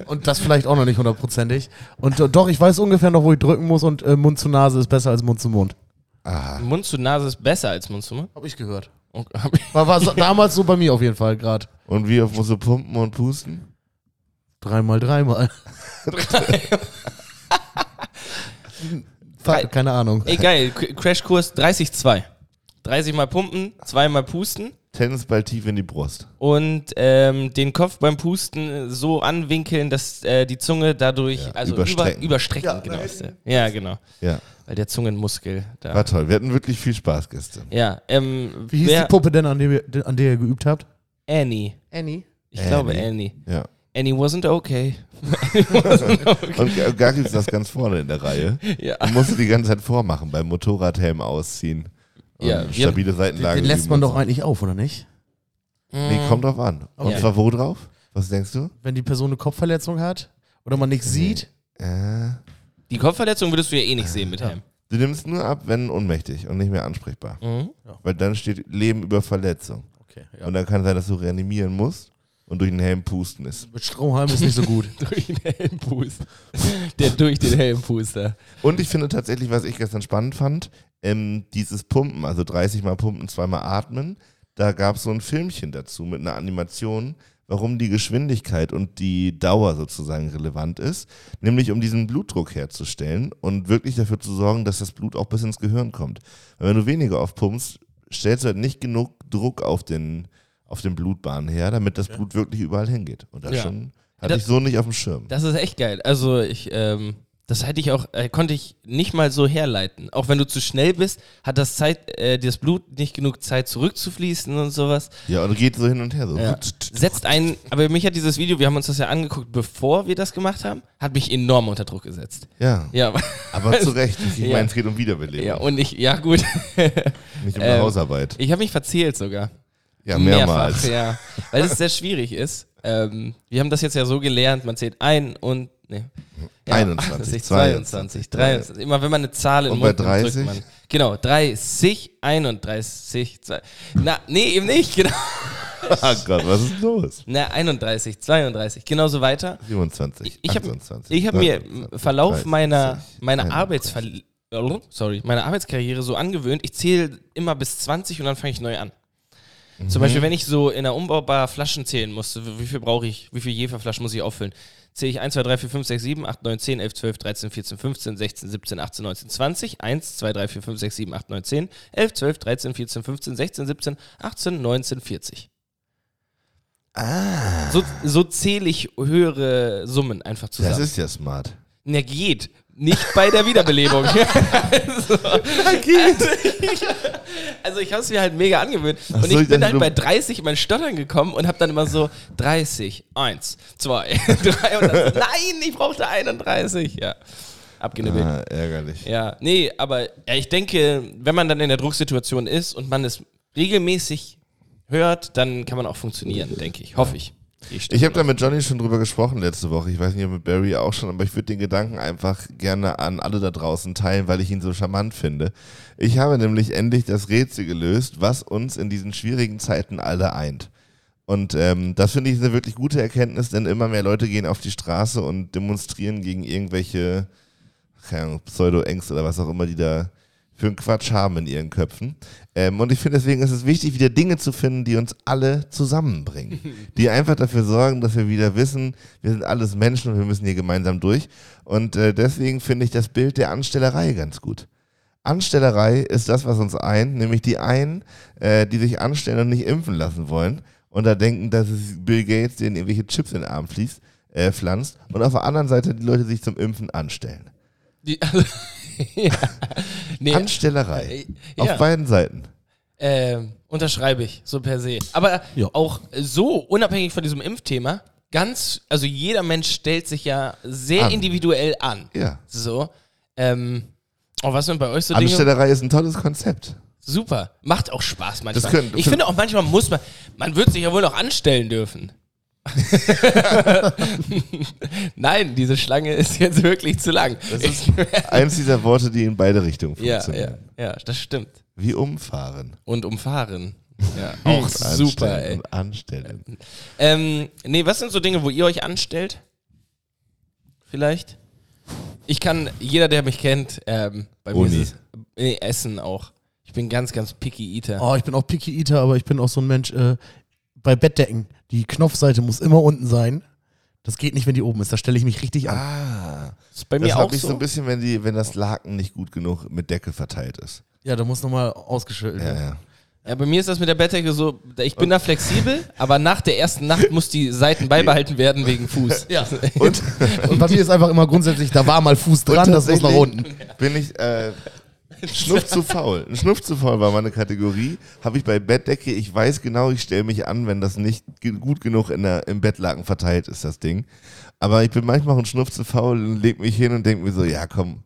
[SPEAKER 3] Und das vielleicht auch noch nicht hundertprozentig. Und äh, doch, ich weiß ungefähr noch, wo ich drücken muss und äh, Mund zu Nase ist besser als Mund zu Mund.
[SPEAKER 1] Ah,
[SPEAKER 4] Mund zu Nase ist besser als Mund zu Mund.
[SPEAKER 3] Hab ich gehört.
[SPEAKER 4] Okay.
[SPEAKER 3] War, war so, damals so bei mir auf jeden Fall gerade.
[SPEAKER 1] und wie oft musst du pumpen und pusten?
[SPEAKER 3] Dreimal, dreimal. Fa- Keine Ahnung.
[SPEAKER 4] Ey, geil. K- Crashkurs 30-2. 30 mal pumpen, 2 mal pusten
[SPEAKER 1] Tennisball tief in die Brust.
[SPEAKER 4] und ähm, den Kopf beim Pusten so anwinkeln, dass äh, die Zunge dadurch,
[SPEAKER 1] Ja,
[SPEAKER 4] also
[SPEAKER 1] überstrecken.
[SPEAKER 4] Über, überstrecken, genau. ist der. Ja, genau.
[SPEAKER 1] Ja,
[SPEAKER 4] Weil der Zungenmuskel da.
[SPEAKER 1] war toll. Wir hatten wirklich viel Spaß gestern.
[SPEAKER 4] Ja, ähm,
[SPEAKER 3] Wie hieß
[SPEAKER 4] wer,
[SPEAKER 3] die Puppe denn, an der, wir- an der ihr geübt habt?
[SPEAKER 4] Annie.
[SPEAKER 3] Annie.
[SPEAKER 4] Ich glaube Annie.
[SPEAKER 1] Ja.
[SPEAKER 4] Annie wasn't okay.
[SPEAKER 1] Und G- Gary saß ganz vorne in der Reihe.
[SPEAKER 4] Ja.
[SPEAKER 1] Und musste die ganze Zeit vormachen, beim Motorradhelm ausziehen. Und
[SPEAKER 4] Ja, wir-
[SPEAKER 1] stabile Seitenlage.
[SPEAKER 3] Den lässt
[SPEAKER 1] üben
[SPEAKER 3] man
[SPEAKER 1] und
[SPEAKER 3] doch eigentlich auf, oder nicht?
[SPEAKER 1] so. Nee, kommt drauf an. Und
[SPEAKER 4] Ja.
[SPEAKER 1] zwar wo drauf? Was denkst du?
[SPEAKER 3] Wenn die Person eine Kopfverletzung hat oder man nichts sieht.
[SPEAKER 1] Äh,
[SPEAKER 4] Die Kopfverletzung würdest du ja eh nicht sehen mit Helm.
[SPEAKER 1] du nimmst nur ab, wenn ohnmächtig und nicht mehr ansprechbar.
[SPEAKER 4] Mhm.
[SPEAKER 1] Weil dann steht Leben über Verletzung.
[SPEAKER 3] Okay,
[SPEAKER 1] Und dann kann sein, dass du reanimieren musst und durch den Helm pusten ist.
[SPEAKER 3] Mit Strohhalm ist nicht so gut.
[SPEAKER 4] Durch den Helmpust. Der durch den Helmpuster.
[SPEAKER 1] Und ich finde tatsächlich, was ich gestern spannend fand, ähm, dieses Pumpen, also 30 Mal Pumpen, zweimal Atmen, da gab es so ein Filmchen dazu mit einer Animation, warum die Geschwindigkeit und die Dauer sozusagen relevant ist, nämlich um diesen Blutdruck herzustellen und wirklich dafür zu sorgen, dass das Blut auch bis ins Gehirn kommt. Weil wenn du weniger oft pumpst, stellst du halt nicht genug Druck auf den, auf den Blutbahn her, damit das Blut wirklich überall hingeht. Und das
[SPEAKER 4] Ja.
[SPEAKER 1] schon hatte
[SPEAKER 4] Das-
[SPEAKER 1] ich so nicht auf dem Schirm.
[SPEAKER 4] Das ist echt geil. Also ich, ähm, das hätte ich auch, äh, konnte ich nicht mal so herleiten. Auch wenn du zu schnell bist, hat das Zeit, äh, das Blut nicht genug Zeit zurückzufließen und sowas.
[SPEAKER 1] Ja, und geht so hin und her. So.
[SPEAKER 4] Ja. Setzt einen, aber mich hat dieses Video, wir haben uns das ja angeguckt, bevor wir das gemacht haben, hat mich enorm unter Druck gesetzt.
[SPEAKER 1] ja.
[SPEAKER 4] Ja,
[SPEAKER 1] Aber zu Recht. Ich
[SPEAKER 4] Also, Ja.
[SPEAKER 1] meine, es geht um Wiederbelebung,
[SPEAKER 4] ja und ich, ja gut.
[SPEAKER 1] nicht um
[SPEAKER 4] ähm,
[SPEAKER 1] eine Hausarbeit.
[SPEAKER 4] Ich habe mich verzählt sogar.
[SPEAKER 1] Ja, mehrmals.
[SPEAKER 4] ja. Weil es sehr schwierig ist. Ähm, wir haben das jetzt ja so gelernt, man zählt ein und. Nee. Ja,
[SPEAKER 1] 21,
[SPEAKER 4] 28,
[SPEAKER 1] 22,
[SPEAKER 4] 22, 23. Immer wenn man eine Zahl in
[SPEAKER 1] Und
[SPEAKER 4] den Mund
[SPEAKER 1] bei
[SPEAKER 4] nimmt,
[SPEAKER 1] 30?
[SPEAKER 4] drückt man. Genau, 30, 31, 2. Na, nee, eben nicht, genau.
[SPEAKER 1] Ah Gott, was ist los?
[SPEAKER 4] Na, 31, 32, genauso weiter.
[SPEAKER 1] 27,
[SPEAKER 4] Ich, ich habe
[SPEAKER 1] 28.
[SPEAKER 4] ich hab mir im
[SPEAKER 1] 29,
[SPEAKER 4] Verlauf
[SPEAKER 1] 30,
[SPEAKER 4] meiner, meiner
[SPEAKER 1] 31.
[SPEAKER 4] Arbeitsverl Oh, sorry, meiner Arbeitskarriere so angewöhnt, ich zähle immer bis 20 und dann fange ich neu an. Zum
[SPEAKER 1] Mhm.
[SPEAKER 4] Beispiel, wenn ich so in einer Umbaubar Flaschen zählen musste, wie viel brauche ich, wie viel Jeferflaschen muss ich auffüllen? Zähle ich 1, 2, 3, 4, 5, 6, 7, 8, 9, 10, 11, 12, 13, 14, 15, 16, 17, 18, 19, 20, 1, 2, 3, 4, 5, 6, 7, 8, 9, 10, 11, 12, 13, 14, 15, 16, 17, 18, 19, 40. Ah. So, so zähle ich höhere Summen einfach zusammen.
[SPEAKER 1] Das ist ja smart.
[SPEAKER 4] Na geht. Nicht bei der Wiederbelebung. also, geht. Also ich habe es mir halt mega angewöhnt.
[SPEAKER 1] Ach
[SPEAKER 4] Und
[SPEAKER 1] so, ich
[SPEAKER 4] ich bin
[SPEAKER 1] dachte,
[SPEAKER 4] halt
[SPEAKER 1] du-
[SPEAKER 4] bei 30 in mein Stottern gekommen und habe dann immer so 30, 1, 2, 3 und dann, so, nein, ich brauchte 31. Ja, abgenibbelt.
[SPEAKER 1] Ah, ärgerlich.
[SPEAKER 4] Ja, nee, aber ja, ich denke, wenn man dann in der Drucksituation ist und man es regelmäßig hört, dann kann man auch funktionieren, denke ich. Hoffe ich.
[SPEAKER 1] Ich habe da mit Johnny schon drüber gesprochen letzte Woche. Ich weiß nicht, ob mit Barry auch schon, aber ich würde den Gedanken einfach gerne an alle da draußen teilen, weil ich ihn so charmant finde. Ich habe nämlich endlich das Rätsel gelöst, was uns in diesen schwierigen Zeiten alle eint. Und ähm, das finde ich eine wirklich gute Erkenntnis, denn immer mehr Leute gehen auf die Straße und demonstrieren gegen irgendwelche keine Ahnung, Pseudo-Ängste oder was auch immer, die da für einen Quatsch haben in ihren Köpfen. Ähm, und ich finde, deswegen ist es wichtig, wieder Dinge zu finden, die uns alle zusammenbringen. die einfach dafür sorgen, dass wir wieder wissen, wir sind alles Menschen und wir müssen hier gemeinsam durch. Und äh, deswegen finde ich das Bild der Anstellerei ganz gut. Anstellerei ist das, was uns eint, nämlich die einen, äh, die sich anstellen und nicht impfen lassen wollen und da denken, dass es Bill Gates, denen irgendwelche Chips in den Arm fließt, äh, pflanzt und auf der anderen Seite die Leute die sich zum Impfen anstellen.
[SPEAKER 4] Die, also, ja. Nee,
[SPEAKER 1] Anstellerei.
[SPEAKER 4] Äh, ja.
[SPEAKER 1] Auf beiden Seiten.
[SPEAKER 4] Ähm, unterschreibe ich, so per se. Aber
[SPEAKER 3] Ja.
[SPEAKER 4] auch so, unabhängig von diesem Impfthema, ganz, also jeder Mensch stellt sich ja sehr
[SPEAKER 1] An.
[SPEAKER 4] individuell an.
[SPEAKER 1] Ja.
[SPEAKER 4] So. Ähm, oh, was sind bei euch so Dinge?
[SPEAKER 1] Anstellerei ist ein tolles Konzept.
[SPEAKER 4] Super. Macht auch Spaß manchmal.
[SPEAKER 1] Das können-
[SPEAKER 4] ich finde auch manchmal muss man, man wird sich ja wohl noch anstellen dürfen. Nein, diese Schlange ist jetzt wirklich zu lang. Ich-
[SPEAKER 1] Eins dieser Worte, die in beide Richtungen
[SPEAKER 4] ja, ja,
[SPEAKER 1] funktionieren.
[SPEAKER 4] ja, das stimmt.
[SPEAKER 1] Wie umfahren.
[SPEAKER 4] Und umfahren. Ja,
[SPEAKER 1] Hm.
[SPEAKER 4] auch super,
[SPEAKER 1] Anstellen
[SPEAKER 4] ey.
[SPEAKER 1] Und anstellen.
[SPEAKER 4] Ähm, nee, was sind so Dinge, wo ihr euch anstellt? Vielleicht? Ich kann, jeder, der mich kennt, ähm, bei
[SPEAKER 1] Uni.
[SPEAKER 4] mir ist es, nee, Essen auch. Ich bin ganz, ganz picky Eater.
[SPEAKER 3] Oh, ich bin auch Picky Eater, aber ich bin auch so ein Mensch äh, bei Bettdecken. Die Knopfseite muss immer unten sein. Das geht nicht, wenn die oben ist. Da stelle ich mich richtig an.
[SPEAKER 1] Ah.
[SPEAKER 4] ist bei
[SPEAKER 1] Das
[SPEAKER 4] mir auch
[SPEAKER 1] habe ich
[SPEAKER 4] so.
[SPEAKER 1] so ein bisschen, wenn, die, wenn das Laken nicht gut genug mit Decke verteilt ist.
[SPEAKER 3] Ja, da muss nochmal ausgeschüttelt
[SPEAKER 1] Ja,
[SPEAKER 3] werden.
[SPEAKER 1] ja.
[SPEAKER 4] ja, bei mir ist das mit der Bettdecke so, ich bin da flexibel, aber nach der ersten Nacht muss die Seiten beibehalten werden wegen Fuß. Ja.
[SPEAKER 1] Und,
[SPEAKER 3] Und bei mir ist einfach immer grundsätzlich, da war mal Fuß dran,
[SPEAKER 1] und
[SPEAKER 3] das muss nach
[SPEAKER 1] tatsächlich
[SPEAKER 3] unten.
[SPEAKER 1] Bin ich äh, Schnuff zu faul. Ein Schnuff zu faul war meine Kategorie. Habe ich bei Bettdecke, ich weiß genau, ich stelle mich an, wenn das nicht ge- gut genug in der, im Bettlaken verteilt ist, das Ding. Aber ich bin manchmal auch ein Schnuff zu faul und leg mich hin und denke mir so, ja komm,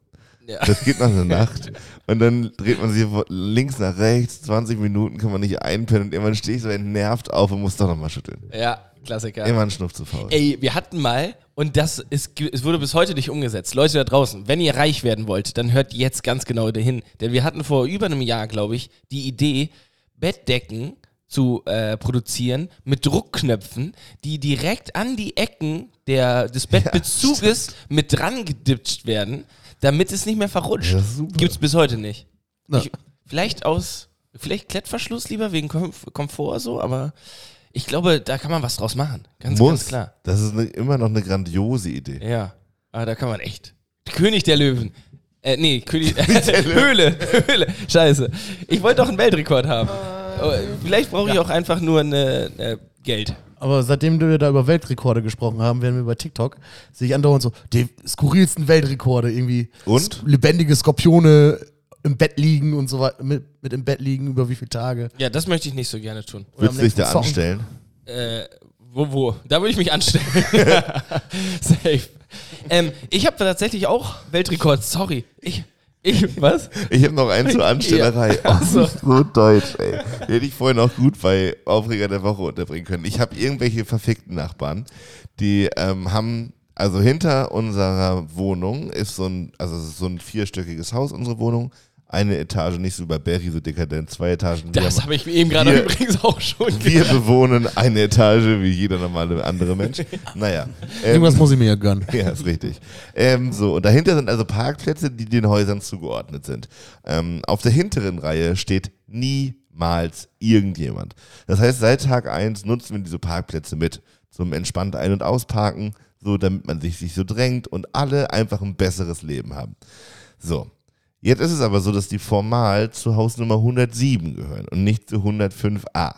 [SPEAKER 1] das geht nach einer Nacht. Und dann dreht man sich von links nach rechts, 20 Minuten kann man nicht einpennen und irgendwann stehe ich so entnervt auf und muss doch nochmal schütteln.
[SPEAKER 4] ja, Klassiker.
[SPEAKER 1] Immer ein Schnuff zu faul.
[SPEAKER 4] Ey, wir hatten mal, und das ist, ge- es wurde bis heute nicht umgesetzt. Leute da draußen, wenn ihr reich werden wollt, dann hört jetzt ganz genau dahin. Denn wir hatten vor über einem Jahr, glaube ich, die Idee, Bettdecken zu äh, produzieren mit Druckknöpfen, die direkt an die Ecken der, des Bettbezuges mit dran gedippt werden, damit es nicht mehr verrutscht.
[SPEAKER 1] Ja, super.
[SPEAKER 4] Gibt's bis heute nicht.
[SPEAKER 3] Na.
[SPEAKER 4] Ich, vielleicht aus, vielleicht Klettverschluss lieber wegen Kom Komfort so, aber ich glaube, da kann man was draus machen. Ganz, ganz klar.
[SPEAKER 1] Das ist eine, immer noch eine grandiose Idee.
[SPEAKER 4] Ja, aber da kann man echt. König der Löwen. Äh, nee, König. Höhle, Höhle. Scheiße. Ich wollte doch einen Weltrekord haben. Aber Vielleicht brauche ich auch einfach nur eine, äh, Geld.
[SPEAKER 3] Aber seitdem wir da über Weltrekorde gesprochen haben, werden wir bei TikTok, sehe ich andauernd so, die skurrilsten Weltrekorde irgendwie.
[SPEAKER 1] Und?
[SPEAKER 3] S- Lebendige Skorpione im Bett liegen und so weiter, mit, mit im Bett liegen über wie viele Tage.
[SPEAKER 4] Ja, das möchte ich nicht so gerne tun.
[SPEAKER 3] Oder am
[SPEAKER 1] Würdest du dich
[SPEAKER 3] nächsten
[SPEAKER 1] da
[SPEAKER 3] Song.
[SPEAKER 1] anstellen?
[SPEAKER 4] Äh, wo, wo? Da würde ich mich anstellen. Safe. Ähm, ich habe tatsächlich auch Weltrekord. Sorry. Ich, Ich, was?
[SPEAKER 1] Ich habe noch einen zur Anstellerei.
[SPEAKER 4] Ja. Ach so.
[SPEAKER 1] Oh, gut Deutsch, ey. Den hätte ich vorhin auch gut bei Aufreger der Woche unterbringen können. Ich habe irgendwelche verfickten Nachbarn, die ähm, haben, also hinter unserer Wohnung ist so ein, also es ist so ein vierstöckiges Haus, unsere Wohnung. Eine Etage, nicht so über Berry, so dekadent, zwei Etagen. Wir
[SPEAKER 4] Das
[SPEAKER 1] haben-
[SPEAKER 4] habe ich mir eben gerade
[SPEAKER 1] Wir-
[SPEAKER 4] übrigens auch schon gedacht.
[SPEAKER 1] wir bewohnen eine Etage wie jeder normale andere Mensch. Naja. ähm,
[SPEAKER 3] Irgendwas muss ich mir ja gönnen.
[SPEAKER 1] ja, ist richtig. Ähm, so, und dahinter sind also Parkplätze, die den Häusern zugeordnet sind. Ähm, auf der hinteren Reihe steht niemals irgendjemand. Das heißt, seit Tag 1 nutzen wir diese Parkplätze mit zum entspannt ein- und ausparken, so damit man sich nicht so drängt und alle einfach ein besseres Leben haben. So. Jetzt ist es aber so, dass die formal zu Hausnummer 107 gehören und nicht zu 105a.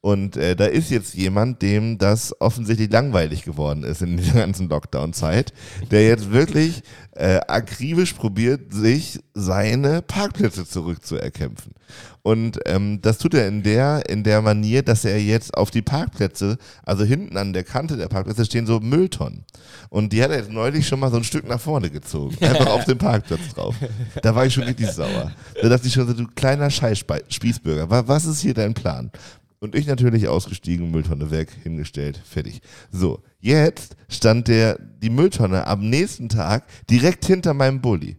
[SPEAKER 1] Und äh, da ist jetzt jemand, dem das offensichtlich langweilig geworden ist in dieser ganzen Lockdown-Zeit, der jetzt wirklich äh, akribisch probiert, sich seine Parkplätze zurückzuerkämpfen. Und ähm, das tut er in der, in der Manier, dass er jetzt auf die Parkplätze, also hinten an der Kante der Parkplätze stehen so Mülltonnen. Und die hat er jetzt neulich schon mal so ein Stück nach vorne gezogen. Einfach auf den Parkplatz drauf. Da war ich schon richtig sauer. Da dachte ich schon so, du kleiner Scheiß-Spießbürger, wa- was ist hier dein Plan? Und ich natürlich ausgestiegen, Mülltonne weg, hingestellt, fertig. So, jetzt stand der, die Mülltonne am nächsten Tag direkt hinter meinem Bulli,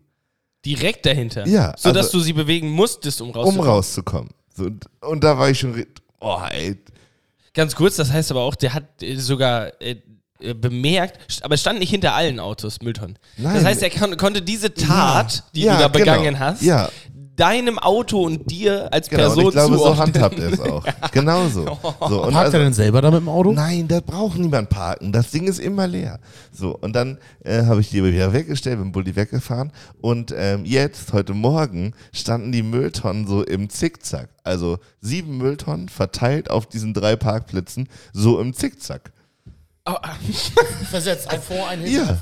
[SPEAKER 4] Direkt dahinter.
[SPEAKER 1] Ja,
[SPEAKER 4] So dass
[SPEAKER 1] also-
[SPEAKER 4] du sie bewegen musstest, um
[SPEAKER 1] um
[SPEAKER 4] rauszukommen.
[SPEAKER 1] rauszukommen. So, und, und da war ich schon, ri- oh, ey,
[SPEAKER 4] Ganz kurz, das heißt aber auch, der hat äh, sogar äh, äh, bemerkt, st- aber es stand nicht hinter allen Autos, Mülltonnen.
[SPEAKER 1] Nein.
[SPEAKER 4] Das heißt, er kon konnte diese Tat, die
[SPEAKER 1] Ja,
[SPEAKER 4] du da
[SPEAKER 1] genau.
[SPEAKER 4] begangen hast,
[SPEAKER 1] Ja.
[SPEAKER 4] deinem Auto und dir als
[SPEAKER 1] genau.
[SPEAKER 4] Person
[SPEAKER 1] und ich glaube, so
[SPEAKER 4] zuordnen.
[SPEAKER 1] handhabt er es auch. Genau so. so und
[SPEAKER 3] Parkt er
[SPEAKER 1] also-
[SPEAKER 3] denn selber da mit dem Auto?
[SPEAKER 1] Nein, da braucht niemand parken. Das Ding ist immer leer. So, und dann äh, habe ich die wieder weggestellt, bin Bulli weggefahren. Und ähm, jetzt, heute Morgen, standen die Mülltonnen so im Zickzack. Also sieben Mülltonnen verteilt auf diesen drei Parkplätzen, so im Zickzack.
[SPEAKER 3] Versetzt ein Vor, ein
[SPEAKER 1] Ja,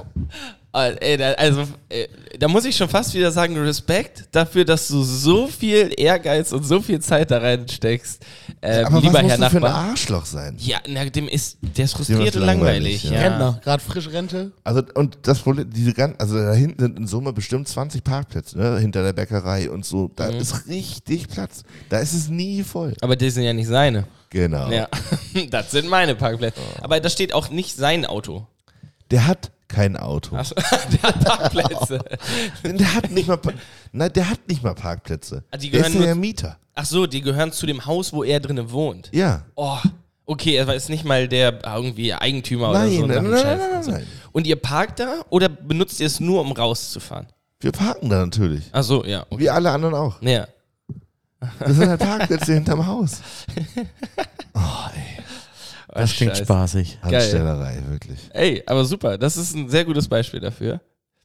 [SPEAKER 4] Äh, ey, da, also, äh, da muss ich schon fast wieder sagen, Respekt dafür, dass du so viel Ehrgeiz und so viel Zeit da reinsteckst. Ähm,
[SPEAKER 1] aber
[SPEAKER 4] lieber
[SPEAKER 1] was musst
[SPEAKER 4] Herr
[SPEAKER 1] du für ein
[SPEAKER 4] Nachbar.
[SPEAKER 1] Arschloch sein?
[SPEAKER 4] Ja, na, dem ist, der ist frustriert
[SPEAKER 1] ist
[SPEAKER 4] und
[SPEAKER 1] langweilig,
[SPEAKER 4] langweilig.
[SPEAKER 1] ja.
[SPEAKER 4] ja.
[SPEAKER 3] Rentner, gerade frisch Rente.
[SPEAKER 1] Also, und das Problem, diese ganzen, also da hinten sind in Summe bestimmt 20 Parkplätze, ne? hinter der Bäckerei und so. Da
[SPEAKER 4] Mhm.
[SPEAKER 1] ist richtig Platz. Da ist es nie voll.
[SPEAKER 4] Aber die sind ja nicht seine.
[SPEAKER 1] Genau.
[SPEAKER 4] Ja, das sind meine Parkplätze.
[SPEAKER 1] Oh.
[SPEAKER 4] Aber da steht auch nicht sein Auto.
[SPEAKER 1] Der hat kein Auto.
[SPEAKER 4] Ach so, Der hat Parkplätze.
[SPEAKER 1] Der hat nicht mal, Pa- nein, der hat nicht mal Parkplätze.
[SPEAKER 4] Ah, die
[SPEAKER 1] der
[SPEAKER 4] gehören
[SPEAKER 1] ist ja
[SPEAKER 4] nur-
[SPEAKER 1] der Mieter.
[SPEAKER 4] Ach so, die gehören zu dem Haus, wo er drinnen wohnt.
[SPEAKER 1] Ja.
[SPEAKER 4] Oh, okay, er ist nicht mal der ah, irgendwie Eigentümer
[SPEAKER 1] Nein,
[SPEAKER 4] oder so.
[SPEAKER 1] nein,
[SPEAKER 4] nach dem
[SPEAKER 1] nein,
[SPEAKER 4] Scheiß. also
[SPEAKER 1] nein, nein, nein.
[SPEAKER 4] Und ihr parkt da oder benutzt ihr es nur, um rauszufahren?
[SPEAKER 1] Wir parken da natürlich.
[SPEAKER 4] Ach so, ja. Okay.
[SPEAKER 1] Wie alle anderen auch.
[SPEAKER 4] Ja.
[SPEAKER 1] Das sind halt Parkplätze hinterm Haus.
[SPEAKER 3] Das klingt
[SPEAKER 4] Scheiße.
[SPEAKER 3] spaßig.
[SPEAKER 4] Geil.
[SPEAKER 1] Anstellerei, wirklich.
[SPEAKER 4] Ey, aber super, das ist ein sehr gutes Beispiel dafür.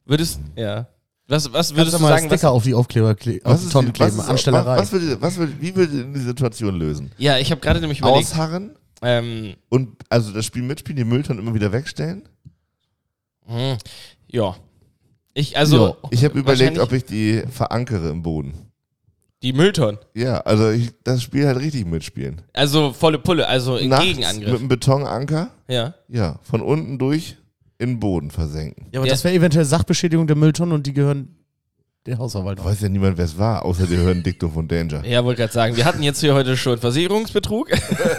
[SPEAKER 4] Würdest, ja. Was, was
[SPEAKER 3] Kannst
[SPEAKER 4] würdest
[SPEAKER 3] du
[SPEAKER 4] du
[SPEAKER 3] mal
[SPEAKER 4] sagen, was,
[SPEAKER 3] Sticker auf die Aufkleber kle auf die Tonnen kleben? Anstellerei.
[SPEAKER 1] Was, was, würde, was würde, wie würde ihr die Situation lösen?
[SPEAKER 4] Ja, ich habe gerade nämlich überlegt,
[SPEAKER 1] Ausharren
[SPEAKER 4] ähm,
[SPEAKER 1] und also das Spiel mitspielen, die Mülltonnen immer wieder wegstellen?
[SPEAKER 4] hm, ja. Ich, also,
[SPEAKER 1] ich habe überlegt,
[SPEAKER 4] wahrscheinlich
[SPEAKER 1] ob ich die verankere im Boden.
[SPEAKER 4] die Mülltonnen,
[SPEAKER 1] Ja, also ich, das Spiel halt richtig mitspielen.
[SPEAKER 4] also volle Pulle, also im
[SPEAKER 1] Nachts mit
[SPEAKER 4] Gegenangriff.
[SPEAKER 1] einem Betonanker,
[SPEAKER 4] Ja.
[SPEAKER 1] ja, von unten durch in den Boden versenken.
[SPEAKER 3] Ja, aber
[SPEAKER 4] Ja.
[SPEAKER 3] das wäre eventuell Sachbeschädigung der Mülltonnen und die gehören der Hausverwaltung.
[SPEAKER 1] Weiß ja niemand, wer es war, außer die hören Diktum von Danger.
[SPEAKER 4] Ja, wollte gerade sagen, wir hatten jetzt hier heute schon Versicherungsbetrug.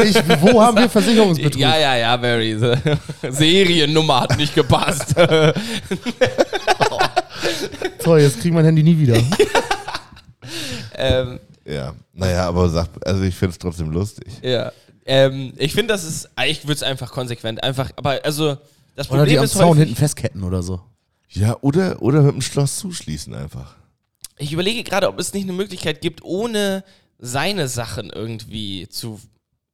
[SPEAKER 3] Ich, wo haben wir Versicherungsbetrug?
[SPEAKER 4] ja, ja, ja, Barry. Seriennummer hat nicht gepasst.
[SPEAKER 3] Toll, jetzt kriegt mein Handy nie wieder.
[SPEAKER 4] ähm,
[SPEAKER 1] Ja, naja, aber sag, also ich finde es trotzdem lustig.
[SPEAKER 4] ja. Ähm, ich finde, das ist, ich würde es einfach konsequent, einfach, aber also, das
[SPEAKER 3] Oder die
[SPEAKER 4] Problem
[SPEAKER 3] am
[SPEAKER 4] ist
[SPEAKER 3] Zaun
[SPEAKER 4] häufig,
[SPEAKER 3] hinten festketten oder so.
[SPEAKER 1] Ja, oder, oder mit dem Schloss zuschließen einfach.
[SPEAKER 4] ich überlege gerade, ob es nicht eine Möglichkeit gibt, ohne seine Sachen irgendwie zu,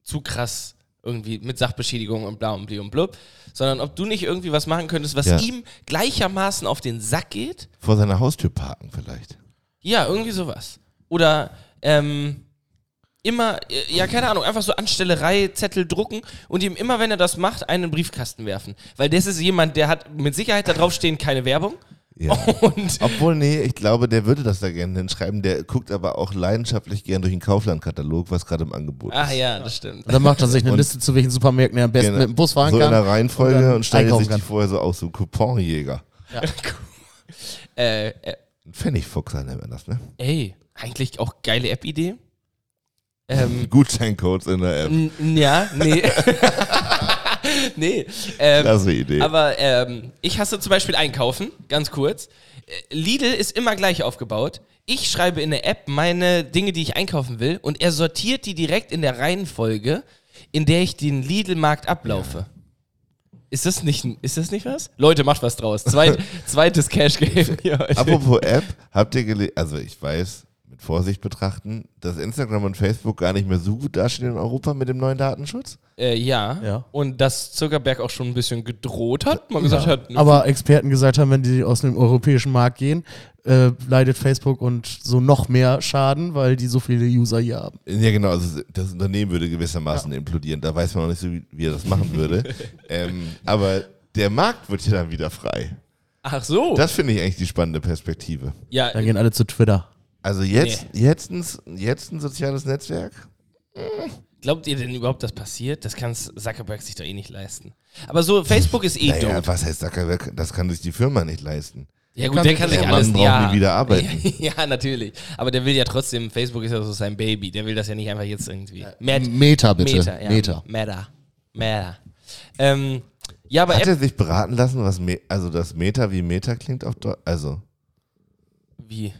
[SPEAKER 4] zu krass irgendwie mit Sachbeschädigung und bla und bli und blub, sondern ob du nicht irgendwie was machen könntest, was
[SPEAKER 1] Ja.
[SPEAKER 4] ihm gleichermaßen auf den Sack geht,
[SPEAKER 1] Vor seiner Haustür parken vielleicht.
[SPEAKER 4] Ja, irgendwie sowas. Oder ähm, immer, äh, ja, keine Ahnung, einfach so Anstellerei, Zettel drucken und ihm immer, wenn er das macht, einen Briefkasten werfen. Weil das ist jemand, der hat mit Sicherheit da draufstehen keine Werbung.
[SPEAKER 1] Ja.
[SPEAKER 3] Oh.
[SPEAKER 4] Und
[SPEAKER 1] Obwohl, nee, ich glaube, der würde das da gerne hinschreiben. Der guckt aber auch leidenschaftlich gern durch den Kaufland-Katalog, was gerade im Angebot ist.
[SPEAKER 4] ah ja, das stimmt.
[SPEAKER 3] Dann macht er sich eine Liste, zu welchen Supermärkten er am besten
[SPEAKER 1] Gerne.
[SPEAKER 3] mit dem Bus fahren
[SPEAKER 1] so
[SPEAKER 3] kann.
[SPEAKER 1] in der
[SPEAKER 3] und
[SPEAKER 1] Reihenfolge
[SPEAKER 3] dann
[SPEAKER 1] und, stellt
[SPEAKER 3] einkaufen
[SPEAKER 1] sich die
[SPEAKER 3] kann.
[SPEAKER 1] vorher so aus, so Couponjäger.
[SPEAKER 4] Äh, äh,
[SPEAKER 1] Ein Pfennigfuchs nennt man das, ne?
[SPEAKER 4] Ey, eigentlich auch geile App-Idee. Ähm,
[SPEAKER 1] Gutscheincodes in der App.
[SPEAKER 4] n- ja, nee. nee. Ähm,
[SPEAKER 1] Klasse Idee.
[SPEAKER 4] Aber ähm, ich hasse zum Beispiel Einkaufen, ganz kurz. Äh, Lidl ist immer gleich aufgebaut. Ich schreibe in der App meine Dinge, die ich einkaufen will, und er sortiert die direkt in der Reihenfolge, in der ich den Lidl-Markt ablaufe. Ist das nicht, ein- ist das nicht was? Leute, macht was draus. Zweit, zweites Cash-Game. hier heute.
[SPEAKER 1] Apropos App, habt ihr gelesen, also ich weiß, mit Vorsicht betrachten, dass Instagram und Facebook gar nicht mehr so gut dastehen in Europa mit dem neuen Datenschutz?
[SPEAKER 4] Äh, ja.
[SPEAKER 3] Ja.
[SPEAKER 4] Und dass Zuckerberg auch schon ein bisschen gedroht hat. Man gesagt hat, ne,
[SPEAKER 3] Aber Experten gesagt haben, wenn die aus dem europäischen Markt gehen, äh, leidet Facebook und so noch mehr Schaden, weil die so viele User hier haben.
[SPEAKER 1] Ja, genau, also das Unternehmen würde gewissermaßen implodieren. Da weiß man noch nicht so, wie, wie er das machen würde. ähm, aber der Markt wird ja dann wieder frei.
[SPEAKER 4] ach so.
[SPEAKER 1] Das finde ich eigentlich die spannende Perspektive.
[SPEAKER 4] ja,
[SPEAKER 3] Dann gehen alle zu Twitter.
[SPEAKER 1] Also jetzt, jetzt, ein, jetzt ein soziales Netzwerk?
[SPEAKER 4] Glaubt ihr denn überhaupt, das passiert? Das kann Zuckerberg sich doch eh nicht leisten. Aber so, Facebook ist eh
[SPEAKER 1] Naja,
[SPEAKER 4] doof.
[SPEAKER 1] was heißt Zuckerberg? Das kann sich die Firma nicht leisten.
[SPEAKER 4] Ja gut, der kann sich
[SPEAKER 1] Der
[SPEAKER 4] alles...
[SPEAKER 1] Mann braucht
[SPEAKER 4] ja.
[SPEAKER 1] nie wieder arbeiten.
[SPEAKER 4] ja, natürlich. Aber der will ja trotzdem, Facebook ist ja so sein Baby. Der will das ja nicht einfach jetzt irgendwie... Meta,
[SPEAKER 3] Meta bitte.
[SPEAKER 4] Meta. Ja.
[SPEAKER 3] Meta.
[SPEAKER 4] Meta. Meta. Ähm, ja, aber
[SPEAKER 1] Hat
[SPEAKER 4] App,
[SPEAKER 1] er sich beraten lassen, was Me also das Meta wie Meta klingt auf Deutsch? Also,
[SPEAKER 4] wie?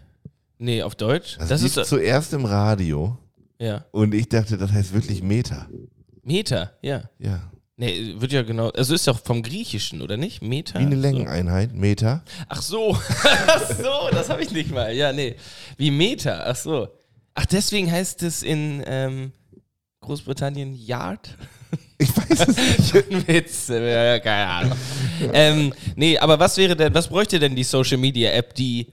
[SPEAKER 4] Nee, auf Deutsch?
[SPEAKER 1] das,
[SPEAKER 4] das
[SPEAKER 1] lief
[SPEAKER 4] ist... doch-
[SPEAKER 1] also zuerst im Radio
[SPEAKER 4] Ja.
[SPEAKER 1] und ich dachte, das heißt wirklich Meta.
[SPEAKER 4] Meta, ja.
[SPEAKER 1] Ja.
[SPEAKER 4] Nee, wird ja genau... Also ist ja auch vom Griechischen, oder nicht? Meta?
[SPEAKER 1] Wie eine
[SPEAKER 4] so.
[SPEAKER 1] Längeneinheit, Meta.
[SPEAKER 4] Ach so. Ach so, das habe ich nicht mal. Ja, nee. Wie Meta. Ach so. Ach, deswegen heißt es in ähm, Großbritannien Yard?
[SPEAKER 1] Also, Ich weiß es nicht.
[SPEAKER 4] Ein Witz. äh, Keine Ahnung. ähm, nee, aber was wäre denn, was bräuchte denn die Social Media App, die.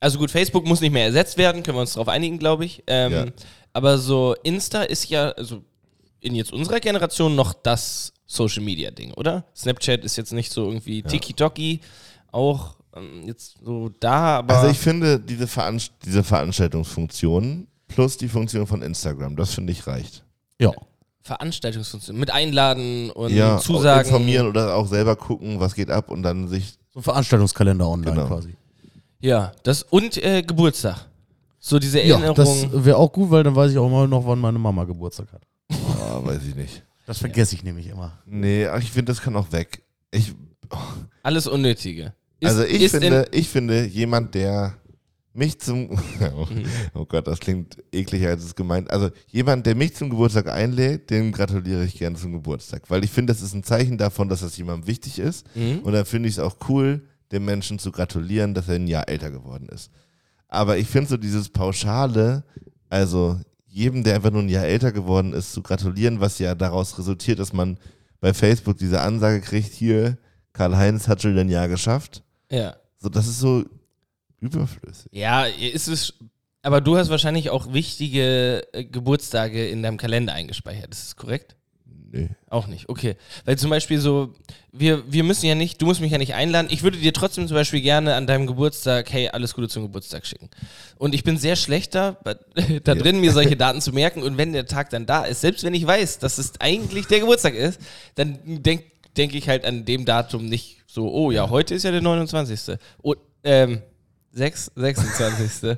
[SPEAKER 4] Also gut, Facebook muss nicht mehr ersetzt werden, können wir uns darauf einigen, glaube ich. Ähm,
[SPEAKER 1] Ja.
[SPEAKER 4] Aber so Insta ist ja, also in jetzt unserer Generation noch das Social Media Ding, oder? Snapchat ist jetzt nicht so irgendwie tiki-toki, auch ähm, jetzt so da, aber.
[SPEAKER 1] Also ich finde diese, Veranst diese Veranstaltungsfunktion plus die Funktion von Instagram, das finde ich reicht.
[SPEAKER 3] Ja.
[SPEAKER 4] Veranstaltungsfunktion mit Einladen und
[SPEAKER 1] Ja, auch
[SPEAKER 4] Zusagen.
[SPEAKER 1] informieren oder auch selber gucken, was geht ab und dann sich
[SPEAKER 3] So ein Veranstaltungskalender online
[SPEAKER 1] Genau.
[SPEAKER 3] quasi.
[SPEAKER 4] Ja, das und äh, Geburtstag. So diese
[SPEAKER 3] Ja,
[SPEAKER 4] Erinnerung.
[SPEAKER 3] das wäre auch gut, weil dann weiß ich auch immer noch, wann meine Mama Geburtstag hat.
[SPEAKER 1] oh, weiß ich nicht.
[SPEAKER 3] Das vergesse ich nämlich immer.
[SPEAKER 1] Nee, ach, ich finde, das kann auch weg. Ich, oh,
[SPEAKER 4] Alles Unnötige. Ist-
[SPEAKER 1] also ich
[SPEAKER 4] ist
[SPEAKER 1] finde, ich finde, jemand, der mich zum
[SPEAKER 4] Mhm.
[SPEAKER 1] Oh Gott, das klingt ekliger als es gemeint. Also jemand, der mich zum Geburtstag einlädt, dem gratuliere ich gerne zum Geburtstag. Weil ich finde, das ist ein Zeichen davon, dass das jemandem wichtig ist.
[SPEAKER 4] Mhm.
[SPEAKER 1] Und dann finde ich es auch cool, dem Menschen zu gratulieren, dass er ein Jahr älter geworden ist. Aber ich finde so dieses Pauschale, also jedem, der einfach nur ein Jahr älter geworden ist, zu gratulieren, was ja daraus resultiert, dass man bei Facebook diese Ansage kriegt, hier, Karl-Heinz hat schon ein Jahr geschafft.
[SPEAKER 4] in, ja.
[SPEAKER 1] So, das ist so überflüssig.
[SPEAKER 4] ja, ist es. Aber du hast wahrscheinlich auch wichtige äh, Geburtstage in deinem Kalender eingespeichert. Ist das korrekt?
[SPEAKER 1] Nö.
[SPEAKER 4] Auch nicht, okay. Weil zum Beispiel so, wir, wir müssen ja nicht, du musst mich ja nicht einladen. Ich würde dir trotzdem zum Beispiel gerne an deinem Geburtstag, hey, alles Gute zum Geburtstag schicken. Und ich bin sehr schlecht da, da drin, mir solche Daten zu merken. Und wenn der Tag dann da ist, selbst wenn ich weiß, dass es eigentlich der Geburtstag ist, dann denke denk ich halt an dem Datum nicht so, oh ja, heute ist ja der 29. Und, ähm, 6, 26.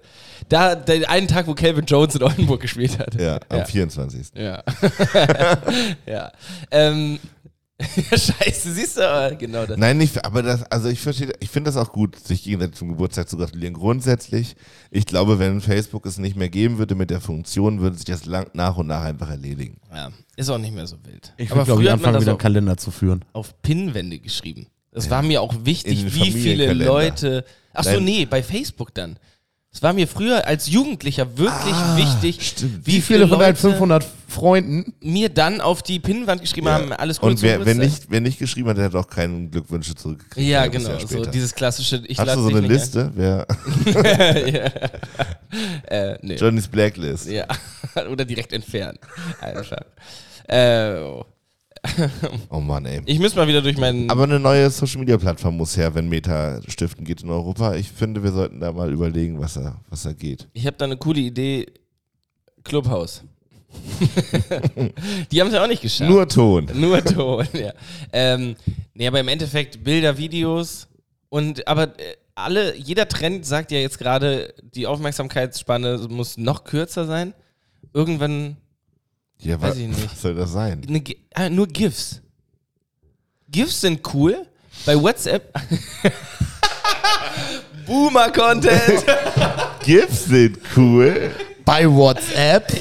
[SPEAKER 4] da, der einen Tag, wo Calvin Jones in Oldenburg gespielt hat.
[SPEAKER 1] Ja, am 24.
[SPEAKER 4] Ja. ja. Ähm, Scheiße, siehst du, aber genau das.
[SPEAKER 1] Nein, nicht, aber das, also ich verstehe, ich finde das auch gut, sich gegenseitig zum Geburtstag zu gratulieren. Grundsätzlich, ich glaube, wenn Facebook es nicht mehr geben würde mit der Funktion, würde sich das lang, nach und nach einfach erledigen.
[SPEAKER 4] Ja, ist auch nicht mehr so wild.
[SPEAKER 3] Ich würde, glaube ich, anfangen, wieder einen
[SPEAKER 4] auf,
[SPEAKER 3] Kalender zu führen.
[SPEAKER 4] auf Pinnwände geschrieben. Das war mir auch
[SPEAKER 1] In
[SPEAKER 4] wichtig,
[SPEAKER 1] den
[SPEAKER 4] wie viele
[SPEAKER 1] Familienkalender.
[SPEAKER 4] Leute. Ach so,
[SPEAKER 1] Nein.
[SPEAKER 4] nee, bei Facebook dann. Es war mir früher als Jugendlicher wirklich wichtig,
[SPEAKER 1] Ah, stimmt.
[SPEAKER 4] wie viele Leute
[SPEAKER 3] 500 Freunden?
[SPEAKER 4] mir dann auf die Pinnwand geschrieben haben, alles Gute
[SPEAKER 1] Und wer,
[SPEAKER 4] zum
[SPEAKER 1] wenn,
[SPEAKER 4] Geburtstag.
[SPEAKER 1] nicht, wer nicht geschrieben hat, der hat auch keine Glückwünsche zurückgekriegt.
[SPEAKER 4] Ja,
[SPEAKER 1] Ein halbes
[SPEAKER 4] genau,
[SPEAKER 1] Jahr
[SPEAKER 4] so
[SPEAKER 1] später.
[SPEAKER 4] dieses klassische, ich
[SPEAKER 1] Hast
[SPEAKER 4] lade
[SPEAKER 1] du so
[SPEAKER 4] dich
[SPEAKER 1] eine
[SPEAKER 4] nicht ein.
[SPEAKER 1] Liste? Wer,
[SPEAKER 4] Äh, nee.
[SPEAKER 1] Johnny's Blacklist.
[SPEAKER 4] Ja, oder direkt entfernen. Einfach. äh, oh.
[SPEAKER 1] Oh Mann, ey.
[SPEAKER 4] Ich muss mal wieder durch meinen.
[SPEAKER 1] Aber eine neue Social Media Plattform muss her, wenn Meta stiften geht in Europa. Ich finde, wir sollten da mal überlegen, was da, was da geht.
[SPEAKER 4] ich habe da eine coole Idee. Clubhouse. Die haben es ja auch nicht geschafft.
[SPEAKER 1] Nur Ton.
[SPEAKER 4] Nur Ton, ja. Ähm, nee, aber im Endeffekt Bilder, Videos und aber äh, alle, jeder Trend sagt ja jetzt gerade, die Aufmerksamkeitsspanne muss noch kürzer sein. Irgendwann
[SPEAKER 1] Ja,
[SPEAKER 4] Weiß
[SPEAKER 1] wa-
[SPEAKER 4] ich nicht.
[SPEAKER 1] Was soll das sein?
[SPEAKER 4] eine, G- ah, nur GIFs. GIFs sind cool. Bei WhatsApp. Boomer-Content.
[SPEAKER 1] GIFs sind cool.
[SPEAKER 3] Bei WhatsApp.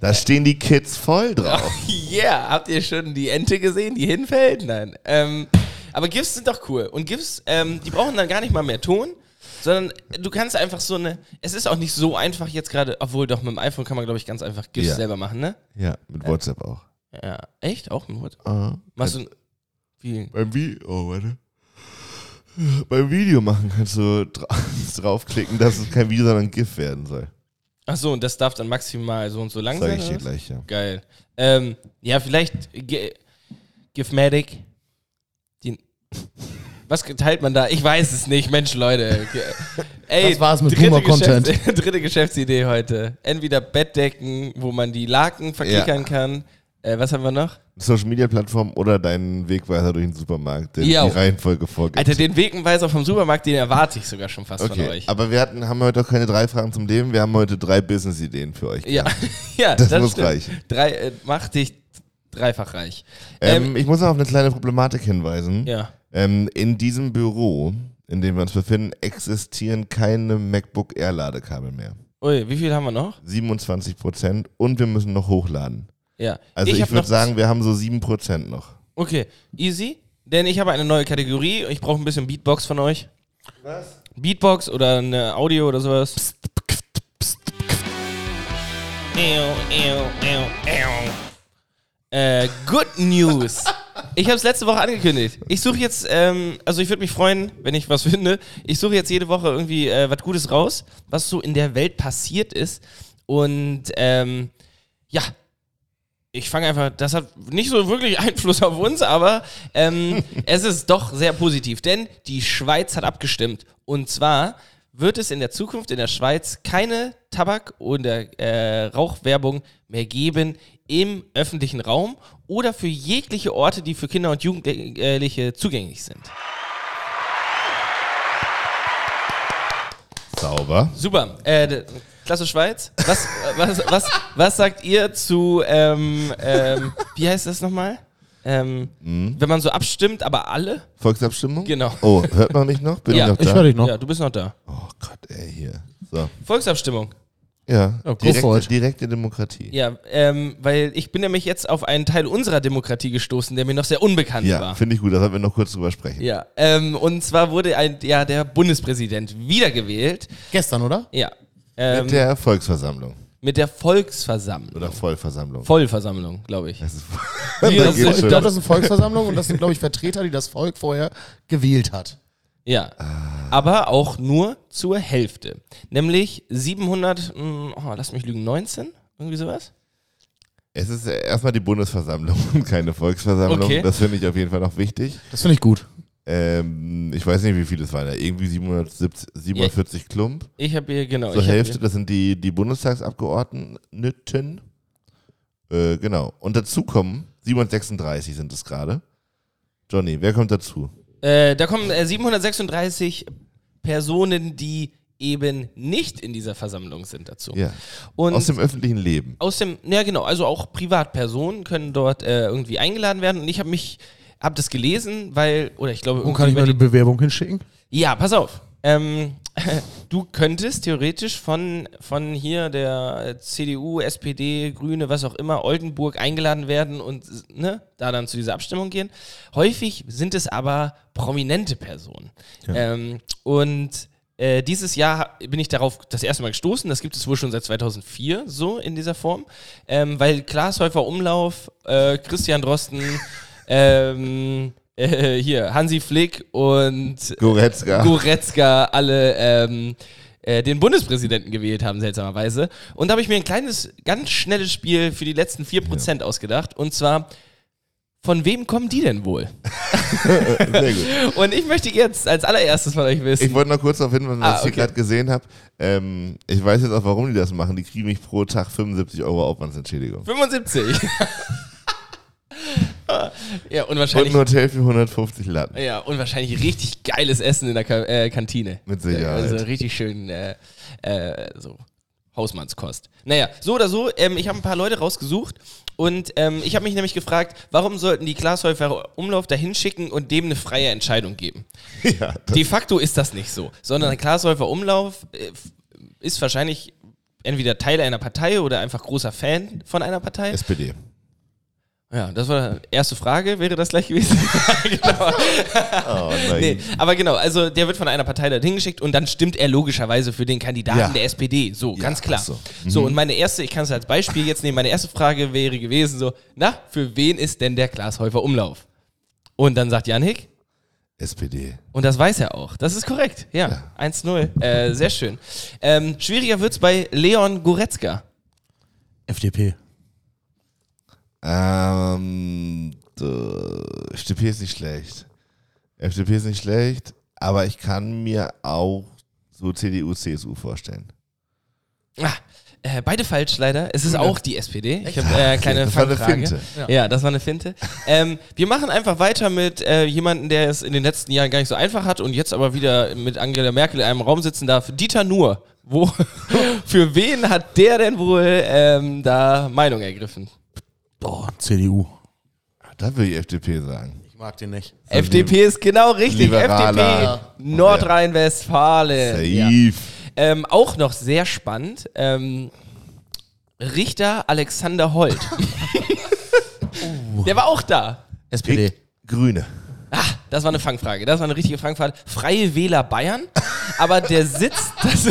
[SPEAKER 1] Da stehen die Kids voll drauf.
[SPEAKER 4] yeah, habt ihr schon die Ente gesehen, die hinfällt? Nein. Ähm, aber GIFs sind doch cool. Und GIFs, ähm, die brauchen dann gar nicht mal mehr Ton, sondern du kannst einfach so eine. Es ist auch nicht so einfach jetzt gerade, obwohl doch mit dem iPhone kann man, glaube ich, ganz einfach GIFs
[SPEAKER 1] Ja.
[SPEAKER 4] selber machen, ne?
[SPEAKER 1] Ja, mit WhatsApp auch.
[SPEAKER 4] Ja. Echt? Auch mit WhatsApp?
[SPEAKER 1] Ah.
[SPEAKER 4] Machst du. Wie?
[SPEAKER 1] Beim Video, oh, warte. Beim Video machen kannst du dra draufklicken, dass es kein Video, sondern ein GIF werden soll.
[SPEAKER 4] Achso, und das darf dann maximal so und so lang
[SPEAKER 1] Sag
[SPEAKER 4] sein.
[SPEAKER 1] ich
[SPEAKER 4] oder
[SPEAKER 1] dir
[SPEAKER 4] was?
[SPEAKER 1] gleich, ja.
[SPEAKER 4] Geil. Ähm, ja, vielleicht G- Gifmatic. Die, was teilt man da? Ich weiß es nicht. Mensch, Leute. Ge- Ey,
[SPEAKER 3] Das war's mit
[SPEAKER 4] dritte
[SPEAKER 3] Boomer Content.
[SPEAKER 4] Geschäfts- dritte Geschäftsidee heute. Entweder Bettdecken, wo man die Laken verkickern kann. Äh, was haben wir noch?
[SPEAKER 1] Social Media Plattform oder deinen Wegweiser durch den Supermarkt, der
[SPEAKER 4] Jo.
[SPEAKER 1] die Reihenfolge vorgibt.
[SPEAKER 4] Alter, den Wegenweiser vom Supermarkt, den erwarte ich sogar schon fast von
[SPEAKER 1] okay,
[SPEAKER 4] euch.
[SPEAKER 1] aber wir hatten, haben heute auch keine drei Fragen zum Leben, wir haben heute drei Business-Ideen für euch.
[SPEAKER 4] Ja, ja
[SPEAKER 1] Das muss
[SPEAKER 4] stimmt.
[SPEAKER 1] reichen.
[SPEAKER 4] Drei, äh, mach dich dreifach reich.
[SPEAKER 1] Ähm,
[SPEAKER 4] Ähm,
[SPEAKER 1] ich muss noch auf eine kleine Problematik hinweisen.
[SPEAKER 4] ja.
[SPEAKER 1] Ähm, in diesem Büro, in dem wir uns befinden, existieren keine MacBook Air Ladekabel mehr.
[SPEAKER 4] Ui, wie viel haben wir noch?
[SPEAKER 1] 27 Prozent und wir müssen noch hochladen.
[SPEAKER 4] Ja.
[SPEAKER 1] Also ich,
[SPEAKER 4] hab noch-
[SPEAKER 1] würde sagen, wir haben so 7 Prozent noch.
[SPEAKER 4] Okay, easy. Denn ich habe eine neue Kategorie. Ich brauche ein bisschen Beatbox von euch. Was? Beatbox oder eine Audio oder sowas. Ew, ew, ew, ew. Äh, good News. Ich habe es letzte Woche angekündigt. Ich suche jetzt, ähm, also ich würde mich freuen, wenn ich was finde. Ich suche jetzt jede Woche irgendwie äh, was Gutes raus, was so in der Welt passiert ist. Und ähm, ja, ich fange einfach, das hat nicht so wirklich Einfluss auf uns, aber ähm, es ist doch sehr positiv, denn die Schweiz hat abgestimmt. Und zwar wird es in der Zukunft in der Schweiz keine Tabak- oder äh, Rauchwerbung mehr geben im öffentlichen Raum oder für jegliche Orte, die für Kinder und Jugendliche äh, zugänglich sind.
[SPEAKER 1] Sauber.
[SPEAKER 4] Super. Äh, d- Klasse Schweiz. Was, äh, was, was, was sagt ihr zu, ähm, ähm, wie heißt das nochmal? Ähm, Wenn man so abstimmt, aber alle?
[SPEAKER 1] Volksabstimmung?
[SPEAKER 4] Genau.
[SPEAKER 1] Mhm. Oh, hört man mich noch? Bin
[SPEAKER 4] Ja,
[SPEAKER 1] ich noch
[SPEAKER 3] Ich
[SPEAKER 1] da?
[SPEAKER 3] höre dich noch.
[SPEAKER 4] Ja, du bist noch da.
[SPEAKER 1] Oh Gott, ey, hier. So.
[SPEAKER 4] Volksabstimmung.
[SPEAKER 1] Ja,
[SPEAKER 3] Ja, go for
[SPEAKER 1] direkte,
[SPEAKER 3] it.
[SPEAKER 1] direkte Demokratie.
[SPEAKER 4] Ja, ähm, weil ich bin nämlich jetzt auf einen Teil unserer Demokratie gestoßen, der mir noch sehr unbekannt war.
[SPEAKER 1] finde ich gut, da sollten wir noch kurz drüber sprechen.
[SPEAKER 4] Ja, ähm, und zwar wurde ein, ja, der Bundespräsident wiedergewählt.
[SPEAKER 3] Gestern, oder?
[SPEAKER 4] Ja.
[SPEAKER 1] Mit
[SPEAKER 4] Ähm,
[SPEAKER 1] der Volksversammlung
[SPEAKER 4] mit der Volksversammlung.
[SPEAKER 1] oder Vollversammlung.
[SPEAKER 4] Vollversammlung, glaube ich.
[SPEAKER 1] das ist
[SPEAKER 4] Wir
[SPEAKER 1] Da geht's
[SPEAKER 4] sind-
[SPEAKER 3] Ich
[SPEAKER 1] schon.
[SPEAKER 3] glaube, das ist eine Volksversammlung und das sind, glaube ich, Vertreter, die das Volk vorher gewählt hat.
[SPEAKER 4] Ja.
[SPEAKER 1] Ah.
[SPEAKER 4] Aber auch nur zur Hälfte. Nämlich 700, mh, oh, lass mich lügen, 19? Irgendwie sowas?
[SPEAKER 1] es ist äh, erstmal die Bundesversammlung und keine Volksversammlung.
[SPEAKER 4] Okay.
[SPEAKER 1] Das finde ich auf jeden Fall noch wichtig.
[SPEAKER 3] Das finde ich gut.
[SPEAKER 1] Ähm, ich weiß nicht, wie viele es waren. da. Irgendwie 770, 740 Klump.
[SPEAKER 4] Ich habe hier, genau.
[SPEAKER 1] Zur
[SPEAKER 4] ich hab
[SPEAKER 1] Hälfte,
[SPEAKER 4] Hier,
[SPEAKER 1] das sind die, die Bundestagsabgeordneten. Äh, genau. Und dazu kommen 736 sind es gerade. Johnny, wer kommt dazu?
[SPEAKER 4] äh, da kommen äh, 736 Personen, die eben nicht in dieser Versammlung sind dazu.
[SPEAKER 1] Ja.
[SPEAKER 4] Und
[SPEAKER 1] Aus dem öffentlichen Leben.
[SPEAKER 4] aus dem, ja genau, also auch Privatpersonen können dort äh, irgendwie eingeladen werden. Und ich habe mich, habe das gelesen, weil, oder ich glaube,
[SPEAKER 3] Und kann ich
[SPEAKER 4] über
[SPEAKER 3] meine
[SPEAKER 4] die-
[SPEAKER 3] Bewerbung hinschicken?
[SPEAKER 4] Ja, pass auf. Ähm, du könntest theoretisch von, von hier der äh, CDU, SPD, Grüne, was auch immer, Oldenburg eingeladen werden und ne, da dann zu dieser Abstimmung gehen. Häufig sind es aber prominente Personen. Ähm, und äh, dieses Jahr ha- bin ich darauf das erste Mal gestoßen. Das gibt es wohl schon seit 2004 so in dieser Form. Ähm, weil Glashäufer Umlauf, äh, Christian Drosten, ähm, äh, hier Hansi Flick und
[SPEAKER 1] Goretzka.
[SPEAKER 4] Goretzka alle ähm, äh, den Bundespräsidenten gewählt haben, seltsamerweise. Und da habe ich mir ein kleines, ganz schnelles Spiel für die letzten 4% ausgedacht. Und zwar, von wem kommen die denn wohl?
[SPEAKER 1] Sehr gut.
[SPEAKER 4] Und ich möchte jetzt als allererstes von euch wissen.
[SPEAKER 1] Ich wollte noch kurz darauf hinweisen, dass
[SPEAKER 4] Ah,
[SPEAKER 1] ich hier
[SPEAKER 4] okay.
[SPEAKER 1] gerade gesehen habe. Ähm, ich weiß jetzt auch, warum die das machen. Die kriegen mich pro Tag 75 Euro Aufwandsentschädigung.
[SPEAKER 4] 75. Ja, und
[SPEAKER 1] Und
[SPEAKER 4] wahrscheinlich,
[SPEAKER 1] ein Hotel für 150 Latten.
[SPEAKER 4] ja, und wahrscheinlich richtig geiles Essen in der Ka äh, Kantine.
[SPEAKER 1] Mit Sicherheit.
[SPEAKER 4] Also richtig schön äh, äh, so Hausmannskost. Naja, so oder so, ähm, ich habe ein paar Leute rausgesucht und ähm, ich habe mich nämlich gefragt, warum sollten die Glashäufer Umlauf dahin schicken und dem eine freie Entscheidung geben?
[SPEAKER 1] Ja, das,
[SPEAKER 4] De facto ist das nicht so, sondern Glashäufer Umlauf äh, f- ist wahrscheinlich entweder Teil einer Partei oder einfach großer Fan von einer Partei.
[SPEAKER 1] SPD.
[SPEAKER 4] Ja, das war die erste Frage, wäre das gleich gewesen. genau.
[SPEAKER 1] Oh nein.
[SPEAKER 4] Nee, aber genau, also der wird von einer Partei dorthin geschickt und dann stimmt er logischerweise für den Kandidaten
[SPEAKER 1] Ja.
[SPEAKER 4] der SPD. So, ganz klar.
[SPEAKER 1] ach
[SPEAKER 4] So.
[SPEAKER 1] so. Mhm.
[SPEAKER 4] und meine erste, ich kann es als Beispiel jetzt nehmen, meine erste Frage wäre gewesen so, na, für wen ist denn der Glashäufer Umlauf? Und dann sagt Jan Hick,
[SPEAKER 1] SPD.
[SPEAKER 4] und das weiß er auch. Das ist korrekt. Ja, 1-0. Äh, sehr schön. Ähm, schwieriger wird's bei Leon Goretzka.
[SPEAKER 3] FDP.
[SPEAKER 1] Ähm, äh, FDP ist nicht schlecht. FDP ist nicht schlecht, aber ich kann mir auch so CDU, CSU vorstellen.
[SPEAKER 4] Ah, äh, beide falsch leider. Es ist auch die SPD. Ich habe äh, kleine
[SPEAKER 1] das war eine
[SPEAKER 4] Fangfrage.
[SPEAKER 1] Finte.
[SPEAKER 4] Ja. das war eine Finte. ähm, wir machen einfach weiter mit äh, jemandem, der es in den letzten Jahren gar nicht so einfach hat und jetzt aber wieder mit Angela Merkel in einem Raum sitzen darf. Dieter Nuhr. Wo, für wen hat der denn wohl ähm, da Meinung ergriffen?
[SPEAKER 3] Oh, CDU.
[SPEAKER 1] Ah, Da will ich FDP sagen.
[SPEAKER 3] Ich mag den nicht.
[SPEAKER 4] FDP ist genau richtig.
[SPEAKER 1] Liberaler.
[SPEAKER 4] FDP Nordrhein-Westfalen.
[SPEAKER 3] Äh,
[SPEAKER 1] Safe.
[SPEAKER 4] Ja. Ähm, auch noch sehr spannend. Ähm, Richter Alexander Holt.
[SPEAKER 1] Oh.
[SPEAKER 4] Der war auch da.
[SPEAKER 3] SPD.
[SPEAKER 1] Grüne.
[SPEAKER 4] Das war eine Fangfrage. Das war eine richtige Fangfrage. Freie Wähler Bayern. Aber der Sitz, das,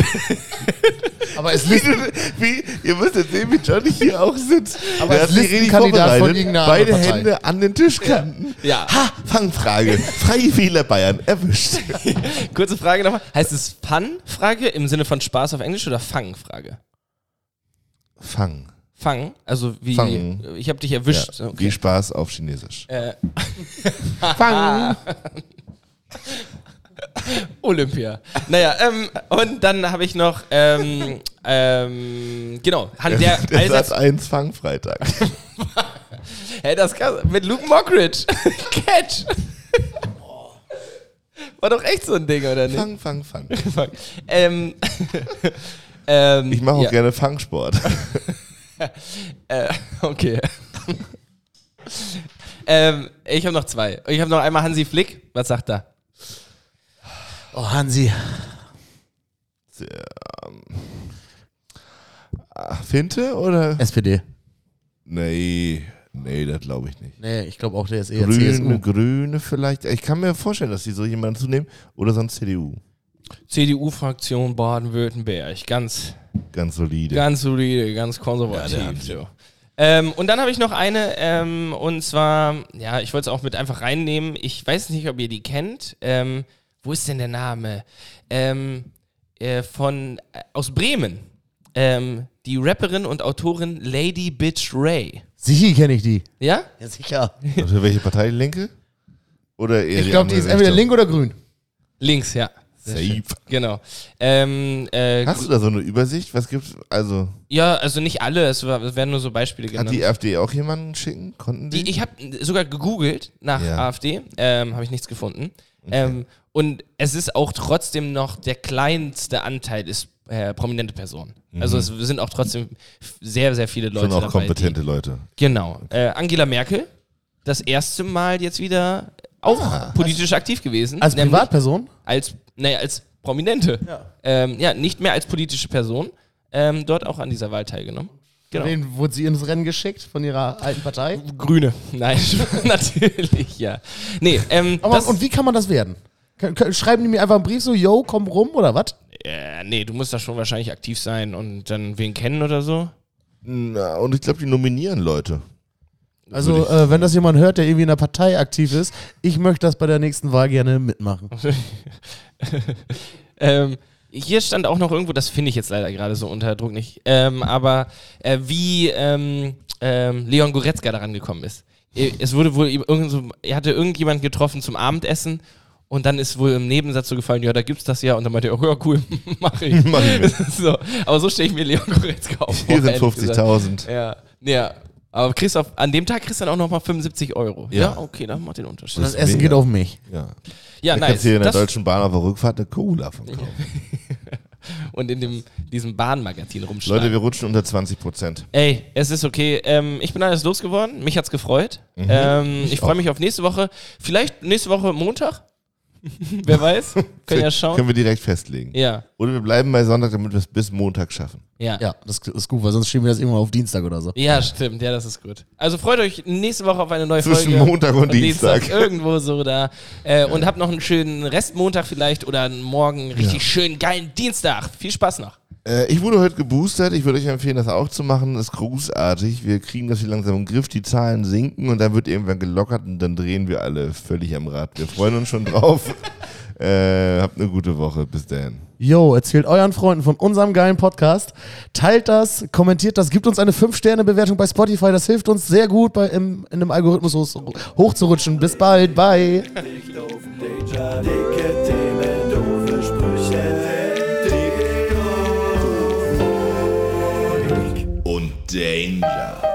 [SPEAKER 3] Aber es
[SPEAKER 1] Wie, du- wie, ihr müsst jetzt sehen, wie Johnny hier auch sitzt.
[SPEAKER 3] Aber
[SPEAKER 1] Der
[SPEAKER 3] als
[SPEAKER 1] hat sich richtig
[SPEAKER 3] Listenkandidat von
[SPEAKER 1] vorbereitet.
[SPEAKER 3] irgendeiner
[SPEAKER 1] Beide
[SPEAKER 3] anderen Partei.
[SPEAKER 1] Hände an den Tischkanten.
[SPEAKER 4] ja.
[SPEAKER 1] Ha, Fangfrage. Freie Wähler Bayern. Erwischt.
[SPEAKER 4] Kurze Frage nochmal. Heißt es Fun-Frage im Sinne von Spaß auf Englisch oder Fang-Frage?
[SPEAKER 1] Fang.
[SPEAKER 4] Fang, also wie.
[SPEAKER 1] Fang.
[SPEAKER 4] Ich habe dich
[SPEAKER 1] Ja.
[SPEAKER 4] erwischt.
[SPEAKER 1] Viel Spaß auf Chinesisch.
[SPEAKER 4] Olympia. Naja, ähm, und dann habe ich noch, ähm, ähm, genau, hat der,
[SPEAKER 1] Der Satz
[SPEAKER 4] Allseits,
[SPEAKER 1] 1 Fangfreitag.
[SPEAKER 4] hey, das kann, mit Luke Mockridge. Catch. War doch echt so ein Ding, oder nicht?
[SPEAKER 1] Fang, fang, fang.
[SPEAKER 4] Fang. Ähm, ähm,
[SPEAKER 1] Ich mache auch
[SPEAKER 4] ja,
[SPEAKER 1] gerne Fangsport.
[SPEAKER 4] Äh, okay. ähm, ich habe noch zwei. Ich habe noch einmal Hansi Flick. Was sagt er?
[SPEAKER 3] Oh, Hansi.
[SPEAKER 1] Ach, Finte oder?
[SPEAKER 3] SPD.
[SPEAKER 1] Nee, nee, das glaube ich nicht.
[SPEAKER 3] Nee, ich glaube auch, der ist eher
[SPEAKER 1] Grüne,
[SPEAKER 3] CSU.
[SPEAKER 1] Grüne vielleicht. Ich kann mir vorstellen, dass die so jemanden zunehmen. Oder sonst CDU.
[SPEAKER 4] CDU-Fraktion Baden-Württemberg. Ganz
[SPEAKER 1] Ganz solide.
[SPEAKER 4] Ganz solide, ganz konservativ. so. ähm, und dann habe ich noch eine, ähm, und zwar, ja, ich wollte es auch mit einfach reinnehmen. Ich weiß nicht, ob ihr die kennt. Ähm, wo ist denn der Name? Ähm, äh, von, äh, aus Bremen. Ähm, die Rapperin und Autorin Lady Bitch Ray.
[SPEAKER 3] Sicher kenne ich die.
[SPEAKER 4] Ja?
[SPEAKER 3] Ja, sicher.
[SPEAKER 1] Und für welche Partei? Die Linke? Oder eher
[SPEAKER 3] Ich glaube, die ist
[SPEAKER 1] andere
[SPEAKER 3] entweder
[SPEAKER 1] Richtung?
[SPEAKER 3] link oder grün.
[SPEAKER 4] Links, ja.
[SPEAKER 1] Safe.
[SPEAKER 4] Genau. Ähm, äh,
[SPEAKER 1] Hast du da so eine Übersicht? Was gibt's? Also,
[SPEAKER 4] ja, also nicht alle, es war- es werden nur so Beispiele
[SPEAKER 1] hat
[SPEAKER 4] genannt.
[SPEAKER 1] die AfD auch jemanden schicken? Konnten die?
[SPEAKER 4] Die, ich habe sogar gegoogelt nach
[SPEAKER 1] Mhm. Ja.
[SPEAKER 4] AfD, ähm, habe ich nichts gefunden. Ähm, und es ist auch trotzdem noch der kleinste Anteil ist äh, prominente Personen. Also es sind auch trotzdem f- sehr, sehr viele Leute
[SPEAKER 1] Schon auch
[SPEAKER 4] dabei.
[SPEAKER 1] kompetente Leute.
[SPEAKER 4] Die, genau. Äh, Angela Merkel, das erste Mal jetzt wieder auch politisch aktiv gewesen.
[SPEAKER 3] Als
[SPEAKER 4] nämlich
[SPEAKER 3] Privatperson?
[SPEAKER 4] Als, naja, als Prominente. Ja. Ähm, ja, nicht mehr als politische Person. Ähm, dort auch an dieser Wahl teilgenommen. Genau.
[SPEAKER 3] Wen wurde sie ins Rennen geschickt von ihrer alten Partei?
[SPEAKER 4] Grüne. Nein, natürlich, ja. Nee, ähm,
[SPEAKER 3] Aber,
[SPEAKER 4] das,
[SPEAKER 3] und wie kann man das werden? K- k- Schreiben die mir einfach einen Brief so, yo, komm rum oder was?
[SPEAKER 4] äh, nee, du musst da schon wahrscheinlich aktiv sein und dann wen kennen oder so.
[SPEAKER 1] Na, und ich glaube, die nominieren Leute.
[SPEAKER 3] Also,
[SPEAKER 1] Würde ich-
[SPEAKER 3] äh, wenn das jemand hört, der irgendwie in der Partei aktiv ist, ich möchte das bei der nächsten Wahl gerne mitmachen.
[SPEAKER 4] Ähm, hier stand auch noch irgendwo, das finde ich jetzt leider gerade so unter Druck nicht, ähm, aber äh, wie ähm, ähm, Leon Goretzka daran gekommen ist. Äh, Es wurde wohl ihm irgend so, er hatte irgendjemand getroffen zum Abendessen und dann ist wohl im Nebensatz so gefallen, ja, da gibt's das ja und dann meinte er, oh, ja, cool, mach ich.
[SPEAKER 1] Mach ich mit.
[SPEAKER 4] so, aber so stelle ich mir Leon Goretzka auf.
[SPEAKER 1] Hier sind
[SPEAKER 4] ehrlich gesagt.
[SPEAKER 1] 50.000.
[SPEAKER 4] Ja, ja. Aber kriegst auf, an dem Tag kriegst du dann auch nochmal 75 Euro.
[SPEAKER 1] Ja.
[SPEAKER 4] okay, das macht den Unterschied.
[SPEAKER 1] Das
[SPEAKER 3] Das
[SPEAKER 1] ist
[SPEAKER 3] Essen
[SPEAKER 1] mega.
[SPEAKER 3] geht auf mich.
[SPEAKER 1] Ja.
[SPEAKER 4] ja,
[SPEAKER 1] Ich kannst
[SPEAKER 4] Ah, nice.
[SPEAKER 1] hier in der
[SPEAKER 4] Das,
[SPEAKER 1] Deutschen Bahn auf der Rückfahrt eine Cola von kaufen.
[SPEAKER 4] und in dem, diesem Bahnmagazin rumschlagen.
[SPEAKER 1] Leute, wir rutschen unter 20 Prozent.
[SPEAKER 4] Ey, es ist okay. Ähm, ich bin alles losgeworden. Mich hat's gefreut.
[SPEAKER 1] Mhm.
[SPEAKER 4] Ähm, ich freue mich auf nächste Woche. Vielleicht nächste Woche Montag. Wer weiß? Können ja schauen.
[SPEAKER 1] Können wir direkt festlegen.
[SPEAKER 4] Ja,
[SPEAKER 1] Oder wir bleiben bei Sonntag, damit wir es bis Montag schaffen.
[SPEAKER 4] ja.
[SPEAKER 3] Ja, das ist gut, weil sonst schieben wir das irgendwann auf Dienstag oder so.
[SPEAKER 4] Ja, stimmt. Ja, das ist gut. Also freut euch nächste Woche auf eine neue
[SPEAKER 1] Zwischen
[SPEAKER 4] Folge.
[SPEAKER 1] Montag und Dienstag.
[SPEAKER 4] Irgendwo so da. Äh, und habt noch einen schönen Restmontag vielleicht oder einen morgen richtig schönen, geilen Dienstag. Viel Spaß noch.
[SPEAKER 1] Äh, ich wurde heute geboostert. Ich würde euch empfehlen, das auch zu machen. Ist großartig. Wir kriegen das hier langsam im Griff. Die Zahlen sinken und dann wird irgendwann gelockert und dann drehen wir alle völlig am Rad. Wir freuen uns schon drauf. äh, habt eine gute Woche. Bis dann.
[SPEAKER 3] Yo, erzählt euren Freunden von unserem geilen Podcast. Teilt das, kommentiert das, gibt uns eine 5-Sterne-Bewertung bei Spotify. Das hilft uns sehr gut, bei, im, in dem Algorithmus hoch, hochzurutschen. Bis bald, bye.
[SPEAKER 2] Dicht auf Danger, dicke Themen, doofe Sprüche. Dick, doof, dick.
[SPEAKER 5] Und Danger.